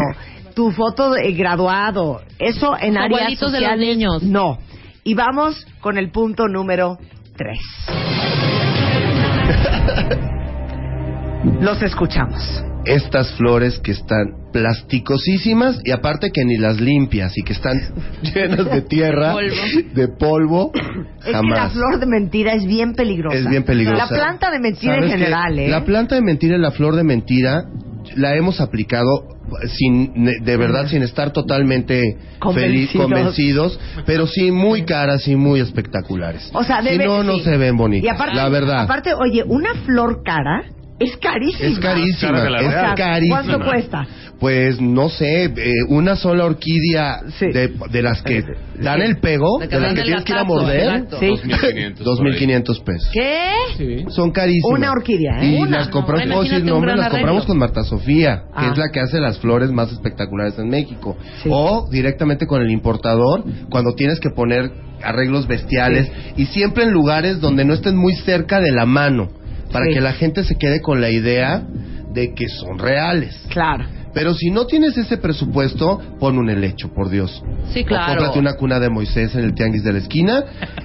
Speaker 2: tu foto de graduado, eso en
Speaker 5: Los
Speaker 2: áreas
Speaker 5: abuelitos de los
Speaker 2: sociales,
Speaker 5: niños.
Speaker 2: No. Y vamos con el punto número 3. Los escuchamos.
Speaker 3: Estas flores que están plasticosísimas y aparte que ni las limpias y
Speaker 2: <laughs>
Speaker 3: que están llenas de tierra,
Speaker 5: Polvo.
Speaker 3: de polvo,
Speaker 2: Es que la
Speaker 3: jamás.
Speaker 2: flor de mentira es bien peligrosa.
Speaker 3: Es bien peligrosa.
Speaker 2: La planta de mentira en
Speaker 3: ¿Sabes qué?
Speaker 2: general, ¿eh?
Speaker 3: La planta de mentira y la flor de mentira la hemos aplicado sin de verdad sin estar totalmente
Speaker 2: Convencidos.
Speaker 3: feliz- convencidos, pero sí muy caras y muy espectaculares.
Speaker 2: O sea,
Speaker 3: si
Speaker 2: debe-
Speaker 3: no no
Speaker 2: sí.
Speaker 3: se ven bonitas,
Speaker 2: Y aparte-
Speaker 3: la verdad.
Speaker 2: Aparte, oye, una flor cara Es carísimo.
Speaker 3: Es carísima,
Speaker 4: Cara de la
Speaker 3: es
Speaker 4: verdad.
Speaker 3: carísima.
Speaker 2: ¿Cuánto cuesta?
Speaker 3: Pues no sé, eh, una sola orquídea
Speaker 2: Sí.
Speaker 3: de, de las que dan el pego,
Speaker 5: La
Speaker 3: de
Speaker 5: que
Speaker 3: las
Speaker 5: dan
Speaker 3: que
Speaker 5: el
Speaker 3: tienes que ir a
Speaker 5: gatazo,
Speaker 3: morder,
Speaker 5: exacto.
Speaker 2: Sí.
Speaker 4: 2.500. por ahí.
Speaker 3: 2.500 pesos.
Speaker 2: ¿Qué?
Speaker 4: Sí.
Speaker 3: Son carísimas.
Speaker 2: Una orquídea, ¿eh?
Speaker 3: Y
Speaker 5: Una,
Speaker 3: las oh,
Speaker 5: no,
Speaker 3: compramos,
Speaker 5: imagínate
Speaker 3: puedo decir
Speaker 5: un
Speaker 3: nombres,
Speaker 5: gran
Speaker 3: las compramos
Speaker 5: arreglo.
Speaker 3: con Marta Sofía, que
Speaker 2: Ah.
Speaker 3: es la que hace las flores más espectaculares en México.
Speaker 2: Sí.
Speaker 3: O directamente con el importador, cuando tienes que poner arreglos bestiales. Y siempre en lugares donde no estén muy cerca de la mano, para
Speaker 2: Sí.
Speaker 3: que la gente se quede con la idea de que son reales.
Speaker 2: Claro.
Speaker 3: Pero si no tienes ese presupuesto, pon un helecho, por Dios.
Speaker 6: Sí,
Speaker 3: O
Speaker 6: claro.
Speaker 3: cómprate una cuna de Moisés en el tianguis de la esquina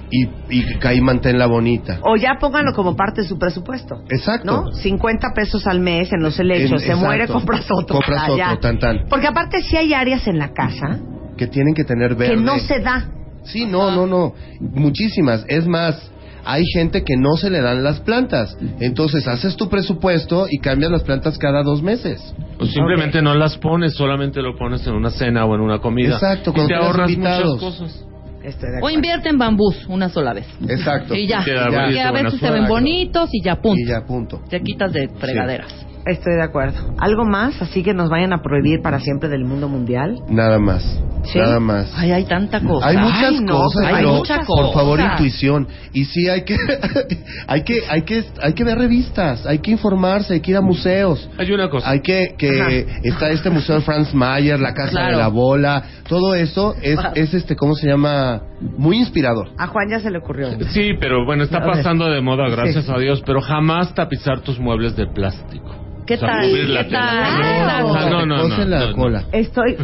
Speaker 3: y, y caí manténla bonita.
Speaker 2: O ya pónganlo como parte de su presupuesto.
Speaker 3: Exacto.
Speaker 2: ¿No? 50 pesos al mes en los
Speaker 3: En-
Speaker 2: helechos. Se
Speaker 3: exacto.
Speaker 2: muere, compras otro.
Speaker 3: Compras
Speaker 2: Ah,
Speaker 3: otro,
Speaker 2: ya.
Speaker 3: tan, tan.
Speaker 2: Porque aparte sí hay áreas en la casa
Speaker 3: Que tienen que tener verde.
Speaker 2: que no se da.
Speaker 3: Sí, no, no, no. Muchísimas. Es más, hay gente que no se le dan las plantas. Entonces haces tu presupuesto y cambias las plantas cada dos meses.
Speaker 4: O Pues simplemente no las pones, solamente lo pones en una cena o en una comida.
Speaker 3: Exacto,
Speaker 4: y
Speaker 3: cuando
Speaker 4: te
Speaker 3: tengas
Speaker 4: ahorras muchas
Speaker 3: invitados.
Speaker 4: cosas.
Speaker 2: Estoy de
Speaker 6: O
Speaker 2: acuerdo.
Speaker 6: invierte en bambús una sola vez.
Speaker 2: <laughs>
Speaker 3: Exacto.
Speaker 6: Y ya.
Speaker 4: Y queda
Speaker 6: Y
Speaker 4: bonito,
Speaker 6: a
Speaker 4: buena
Speaker 6: ver si se ven
Speaker 4: suerte.
Speaker 6: bonitos y ya punto.
Speaker 3: Y ya, punto.
Speaker 6: Te quitas de fregaderas.
Speaker 2: Estoy de acuerdo. ¿Algo más así que nos vayan a prohibir para siempre del mundo mundial?
Speaker 3: Nada más.
Speaker 2: Sí.
Speaker 3: Nada más.
Speaker 6: Ay, hay tanta cosa.
Speaker 3: Hay muchas
Speaker 2: Ay, no, pues,
Speaker 3: cosas,
Speaker 2: hay
Speaker 3: pero
Speaker 2: muchas
Speaker 3: por favor
Speaker 2: cosas.
Speaker 3: intuición. Y sí hay que, <laughs> hay que, hay que, hay que ver revistas, hay que informarse, hay que ir a museos.
Speaker 4: Hay una cosa.
Speaker 3: Hay que, que
Speaker 2: Ajá.
Speaker 3: está este museo de Franz Mayer, la casa
Speaker 6: Claro.
Speaker 3: de la bola, todo eso es, es este, ¿cómo se llama? Muy inspirador.
Speaker 2: A Juan ya se le ocurrió.
Speaker 4: Sí, pero bueno, está
Speaker 2: A ver.
Speaker 4: pasando de moda, gracias
Speaker 2: Sí.
Speaker 4: a Dios, pero jamás tapizar tus muebles de plástico.
Speaker 6: ¿Qué
Speaker 4: O sea,
Speaker 6: tal?
Speaker 4: cubrir la
Speaker 6: ¿Qué
Speaker 4: tela.
Speaker 6: tal?
Speaker 2: Claro.
Speaker 4: O sea, no, no,
Speaker 3: te cose
Speaker 4: no,
Speaker 3: la
Speaker 4: no, no.
Speaker 3: cola. <laughs>
Speaker 2: Estoy.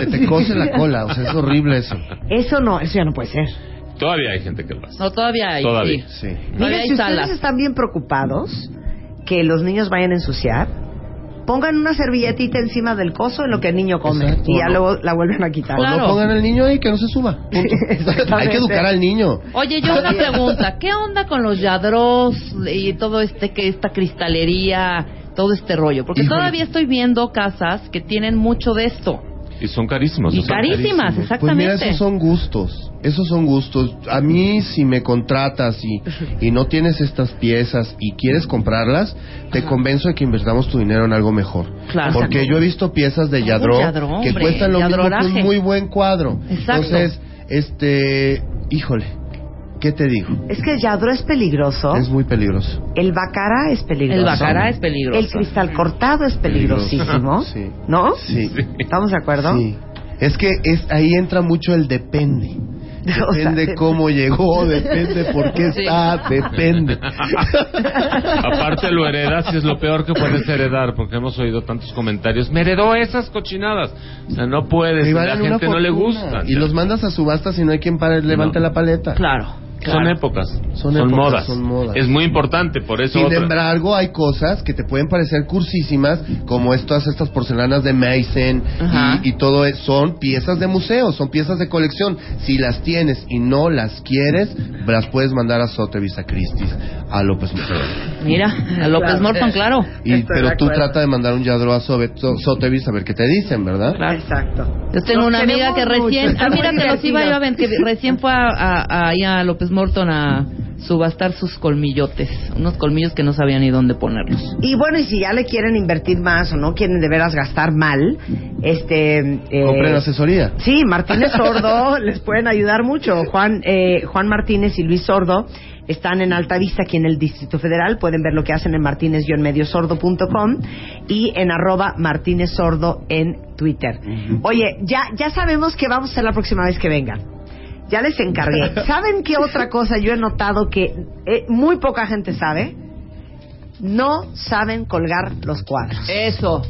Speaker 3: Se te cose la cola, o sea, es horrible eso.
Speaker 2: Eso no, eso ya no puede ser.
Speaker 4: Todavía hay gente que lo hace.
Speaker 6: No, todavía hay.
Speaker 4: Todavía.
Speaker 6: sí.
Speaker 3: Sí.
Speaker 6: Todavía
Speaker 2: Miren,
Speaker 6: hay
Speaker 2: si
Speaker 6: salas.
Speaker 2: ustedes están bien preocupados que los niños vayan a ensuciar, pongan una servilletita encima del coso en lo que el niño come
Speaker 3: Exacto,
Speaker 2: y ya
Speaker 3: ¿no?
Speaker 2: luego la vuelven a quitar.
Speaker 3: O no pongan al niño ahí que no se suba. punto.
Speaker 2: <laughs> Exactamente.
Speaker 3: hay que educar al niño.
Speaker 6: Oye, yo
Speaker 3: <laughs>
Speaker 6: una pregunta. ¿Qué onda con los yadros y todo este que esta cristalería, todo este rollo? Porque
Speaker 3: Híjole.
Speaker 6: todavía estoy viendo casas que tienen mucho de esto.
Speaker 4: Y son carísimos.
Speaker 6: Y
Speaker 4: o sea,
Speaker 6: carísimas,
Speaker 3: Pues
Speaker 6: exactamente.
Speaker 3: mira, esos son gustos, esos son gustos. A mí si me contratas y, y no tienes estas piezas y quieres comprarlas, te convenzo de que invertamos tu dinero en algo mejor.
Speaker 6: Claro.
Speaker 3: Porque yo he visto piezas de
Speaker 6: Uy,
Speaker 3: yadró
Speaker 6: yadró,
Speaker 3: que
Speaker 6: hombre,
Speaker 3: cuestan lo mismo que un
Speaker 6: yadroraje.
Speaker 3: muy buen cuadro.
Speaker 6: Exacto.
Speaker 3: Entonces, este, híjole, ¿qué te digo?
Speaker 2: Es que el yadro es peligroso,
Speaker 3: Es muy peligroso.
Speaker 2: el bacara es peligroso.
Speaker 6: El bacará es peligroso.
Speaker 2: El cristal cortado es peligrosísimo,
Speaker 3: Sí.
Speaker 2: ¿no?
Speaker 3: Sí.
Speaker 2: ¿Estamos de acuerdo?
Speaker 3: Sí. Es que es, ahí entra mucho el depende.
Speaker 2: O sea,
Speaker 3: Depende
Speaker 2: de-
Speaker 3: cómo llegó, depende por qué está, depende.
Speaker 4: Aparte lo heredas y es lo peor que puedes heredar, porque hemos oído tantos comentarios. Me heredó esas cochinadas. O sea, no puedes.
Speaker 3: Y
Speaker 4: y
Speaker 3: valen
Speaker 4: la
Speaker 3: una
Speaker 4: gente no le
Speaker 3: fortuna.
Speaker 4: gusta.
Speaker 3: Y los mandas a subastas y no hay quien para, levante
Speaker 4: No.
Speaker 3: la paleta.
Speaker 6: Claro.
Speaker 4: Son épocas,
Speaker 3: Son
Speaker 4: son,
Speaker 3: épocas,
Speaker 4: modas.
Speaker 3: son modas.
Speaker 4: Es muy importante, por eso.
Speaker 3: Sin
Speaker 4: otra-
Speaker 3: embargo, hay cosas que te pueden parecer cursísimas, como estas, estas porcelanas de Meissen
Speaker 6: Ajá.
Speaker 3: y, y todo eso. Son piezas de museo, son piezas de colección. Si las tienes y no las quieres, las puedes mandar a Sotheby's, a Christie's, a López Museo.
Speaker 6: Mira, a López Morton, claro. Eh,
Speaker 3: Y,
Speaker 2: Estoy de
Speaker 3: pero tú
Speaker 2: acuerdo.
Speaker 3: trata de mandar un yadro a Sobe- So- Sotheby's a ver qué te dicen, ¿verdad?
Speaker 2: Exacto.
Speaker 6: Yo tengo
Speaker 2: Los
Speaker 6: una
Speaker 2: queremos
Speaker 6: amiga que
Speaker 2: mucho,
Speaker 6: recién,
Speaker 2: están
Speaker 6: ah, mira,
Speaker 2: muy
Speaker 6: te los iba yo a
Speaker 2: divertidos.
Speaker 6: ver, que recién fue a, a- ahí a López Morton a subastar sus colmillotes, unos colmillos que no sabía ni dónde ponerlos.
Speaker 2: Y bueno, y si ya le quieren invertir más o no quieren de veras gastar mal, este... eh,
Speaker 3: Compren asesoría.
Speaker 2: Sí, Martínez Sordo <laughs> les pueden ayudar mucho. Juan, eh, Juan Martínez y Luis Sordo están en Alta Vista aquí en el Distrito Federal. Pueden ver lo que hacen en martínez-mediosordo.com y en arroba Martínez Sordo en Twitter. Oye, ya, ya sabemos qué vamos a hacer la próxima vez que vengan. Ya les encargué. ¿Saben qué otra cosa yo he notado que eh, muy poca gente sabe? No saben colgar los cuadros.
Speaker 6: Eso.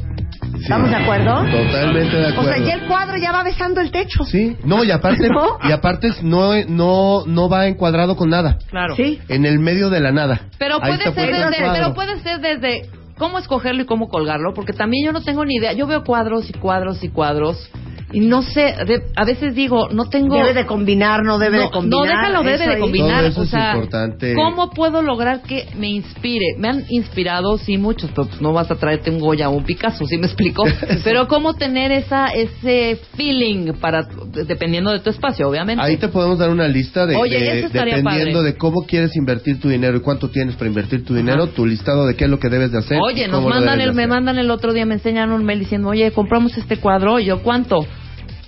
Speaker 2: ¿Estamos de acuerdo?
Speaker 3: Totalmente de
Speaker 2: O
Speaker 3: acuerdo.
Speaker 2: sea, ya el cuadro ya va besando el techo.
Speaker 3: Sí, no, y aparte,
Speaker 2: ¿No?
Speaker 3: y aparte no, no, no va encuadrado con nada.
Speaker 6: Claro.
Speaker 2: Sí.
Speaker 3: En el medio de la nada.
Speaker 6: Pero
Speaker 3: Ahí
Speaker 6: puede
Speaker 3: está
Speaker 6: ser
Speaker 3: puesto el
Speaker 6: desde,
Speaker 3: cuadro.
Speaker 6: pero puede ser desde cómo escogerlo y cómo colgarlo, porque también yo no tengo ni idea. Yo veo cuadros y cuadros y cuadros Y no sé, de- a veces digo, no tengo...
Speaker 2: Debe de combinar, no debe
Speaker 6: no,
Speaker 2: de combinar.
Speaker 6: no, déjalo, debe
Speaker 2: eso
Speaker 6: de
Speaker 2: ahí.
Speaker 6: combinar.
Speaker 3: Todo eso
Speaker 6: o
Speaker 3: es
Speaker 6: sea,
Speaker 3: importante.
Speaker 6: ¿Cómo puedo lograr que me inspire? Me han inspirado, sí, muchos, pero pues no vas a traerte un Goya o un Picasso, ¿sí
Speaker 3: <laughs>
Speaker 6: me explico? pero ¿cómo tener esa ese feeling para dependiendo de tu espacio, obviamente?
Speaker 3: Ahí te podemos dar una lista de,
Speaker 6: Oye,
Speaker 3: de-
Speaker 6: eso estaría
Speaker 3: dependiendo
Speaker 6: padre.
Speaker 3: de cómo quieres invertir tu dinero y cuánto tienes para invertir tu dinero, tu listado de qué es lo que debes de hacer. y
Speaker 6: Oye, nos
Speaker 3: cómo lo
Speaker 6: mandan
Speaker 3: debes de
Speaker 6: el, me
Speaker 3: hacer.
Speaker 6: mandan el otro día, me enseñan un mail diciendo, oye, compramos este cuadro, y yo, ¿cuánto?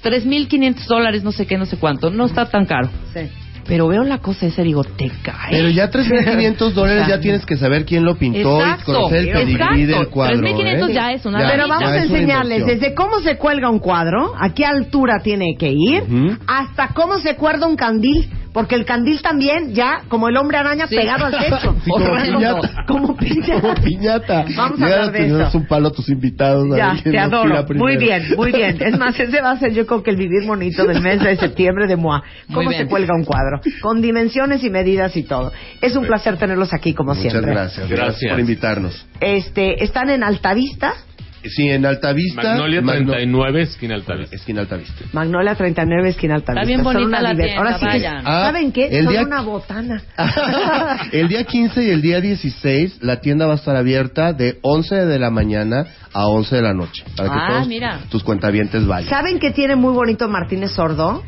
Speaker 6: 3.500 dólares, no sé qué, no sé cuánto. No está tan caro.
Speaker 2: Sí.
Speaker 6: Pero veo la cosa esa y digo, te cae.
Speaker 3: Pero ya 3.500 dólares ya tienes que saber quién lo pintó
Speaker 6: Exacto,
Speaker 3: y conocer el pedigrí
Speaker 6: exacto.
Speaker 3: del cuadro.
Speaker 6: 3,500
Speaker 3: ¿eh?
Speaker 6: ya es una
Speaker 2: Pero
Speaker 6: Pero
Speaker 2: vamos
Speaker 3: ya
Speaker 2: a
Speaker 3: es una
Speaker 2: enseñarles
Speaker 3: inversión.
Speaker 2: desde cómo se cuelga un cuadro, a qué altura tiene que ir,
Speaker 3: Ujú.
Speaker 2: hasta cómo se cuerda un candil, porque el candil también ya, como el hombre araña,
Speaker 6: Sí.
Speaker 2: pegado al techo.
Speaker 3: Sí, como
Speaker 2: Horrendo.
Speaker 3: piñata.
Speaker 2: Como piñata.
Speaker 3: Como piñata.
Speaker 2: Vamos a
Speaker 3: Llegan
Speaker 2: hablar de
Speaker 3: tener
Speaker 2: eso.
Speaker 3: un palo a tus invitados. a ver
Speaker 2: Ya,
Speaker 3: quién
Speaker 2: te
Speaker 3: los tira
Speaker 2: adoro. Muy
Speaker 3: primero.
Speaker 2: bien, muy bien. Es más, ese va a ser yo creo que el vivir bonito del mes de septiembre de MOA.
Speaker 6: Muy
Speaker 2: Cómo se
Speaker 6: bien.
Speaker 2: cuelga un cuadro, con dimensiones y medidas y todo. Es un placer tenerlos aquí como
Speaker 3: Pues, Muchas
Speaker 2: siempre.
Speaker 3: gracias.
Speaker 4: Gracias.
Speaker 3: por invitarnos.
Speaker 2: Este, están en Altavista,
Speaker 3: Sí, en Altavista.
Speaker 4: Magnolia
Speaker 3: Magno-
Speaker 4: 39, esquina Altavista.
Speaker 3: Esquina Altavista. <laughs>
Speaker 2: Magnolia 39 esquina Altavista.
Speaker 6: Está bien
Speaker 2: Son
Speaker 6: bonita
Speaker 2: una
Speaker 6: la
Speaker 2: liber-
Speaker 6: tienda,
Speaker 2: Ahora sí que-
Speaker 6: vayan.
Speaker 3: Ah,
Speaker 2: ¿saben qué?
Speaker 3: el
Speaker 2: Son
Speaker 3: día- Ah,
Speaker 2: una
Speaker 3: <laughs>
Speaker 2: <laughs> botana.
Speaker 3: el día 15 y el día 16 la tienda va a estar abierta de 11 de la mañana a 11 de la noche para que
Speaker 6: Ah,
Speaker 3: todos
Speaker 6: mira.
Speaker 3: tus cuentavientes vayan.
Speaker 2: ¿Saben que tiene muy bonito Martínez Sordo?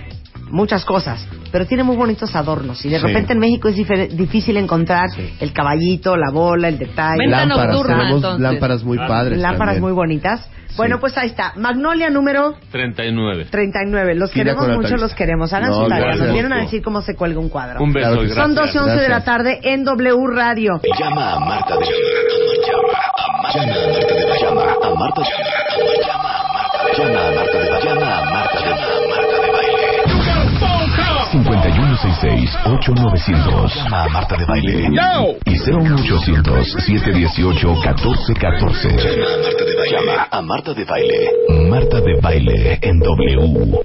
Speaker 2: Muchas cosas, pero tiene muy bonitos adornos. Y de
Speaker 3: Sí.
Speaker 2: repente en México es difer- difícil encontrar
Speaker 3: Sí.
Speaker 2: el caballito, la bola, el detalle.
Speaker 6: Venta
Speaker 3: lámparas,
Speaker 6: nocturna,
Speaker 3: tenemos
Speaker 6: entonces.
Speaker 3: lámparas muy
Speaker 4: Ah,
Speaker 3: padres.
Speaker 2: Lámparas
Speaker 3: también.
Speaker 2: muy bonitas. Bueno, pues ahí está. Magnolia número
Speaker 4: 39.
Speaker 2: 39. Los
Speaker 3: Esquina
Speaker 2: queremos
Speaker 3: con
Speaker 2: mucho,
Speaker 3: Altavista.
Speaker 2: los queremos. Hagan
Speaker 3: No,
Speaker 2: su tarea.
Speaker 4: gracias.
Speaker 2: Nos vienen a decir cómo se cuelga un cuadro.
Speaker 4: Un beso
Speaker 3: Claro
Speaker 4: y
Speaker 3: que sí.
Speaker 2: Son 12,
Speaker 4: gracias.
Speaker 2: 11 de la
Speaker 3: Gracias.
Speaker 2: tarde en W Radio.
Speaker 1: Llama a Marta de Llama a Marta de Llama a Marta de Llama a Marta de Llama a Marta de Llama a Marta de Marta de Baile. 5166-8900 Llama a Marta de Baile y 01800-718-1414 Llama a Marta de Baile Llama a Marta de Baile Marta de Baile en W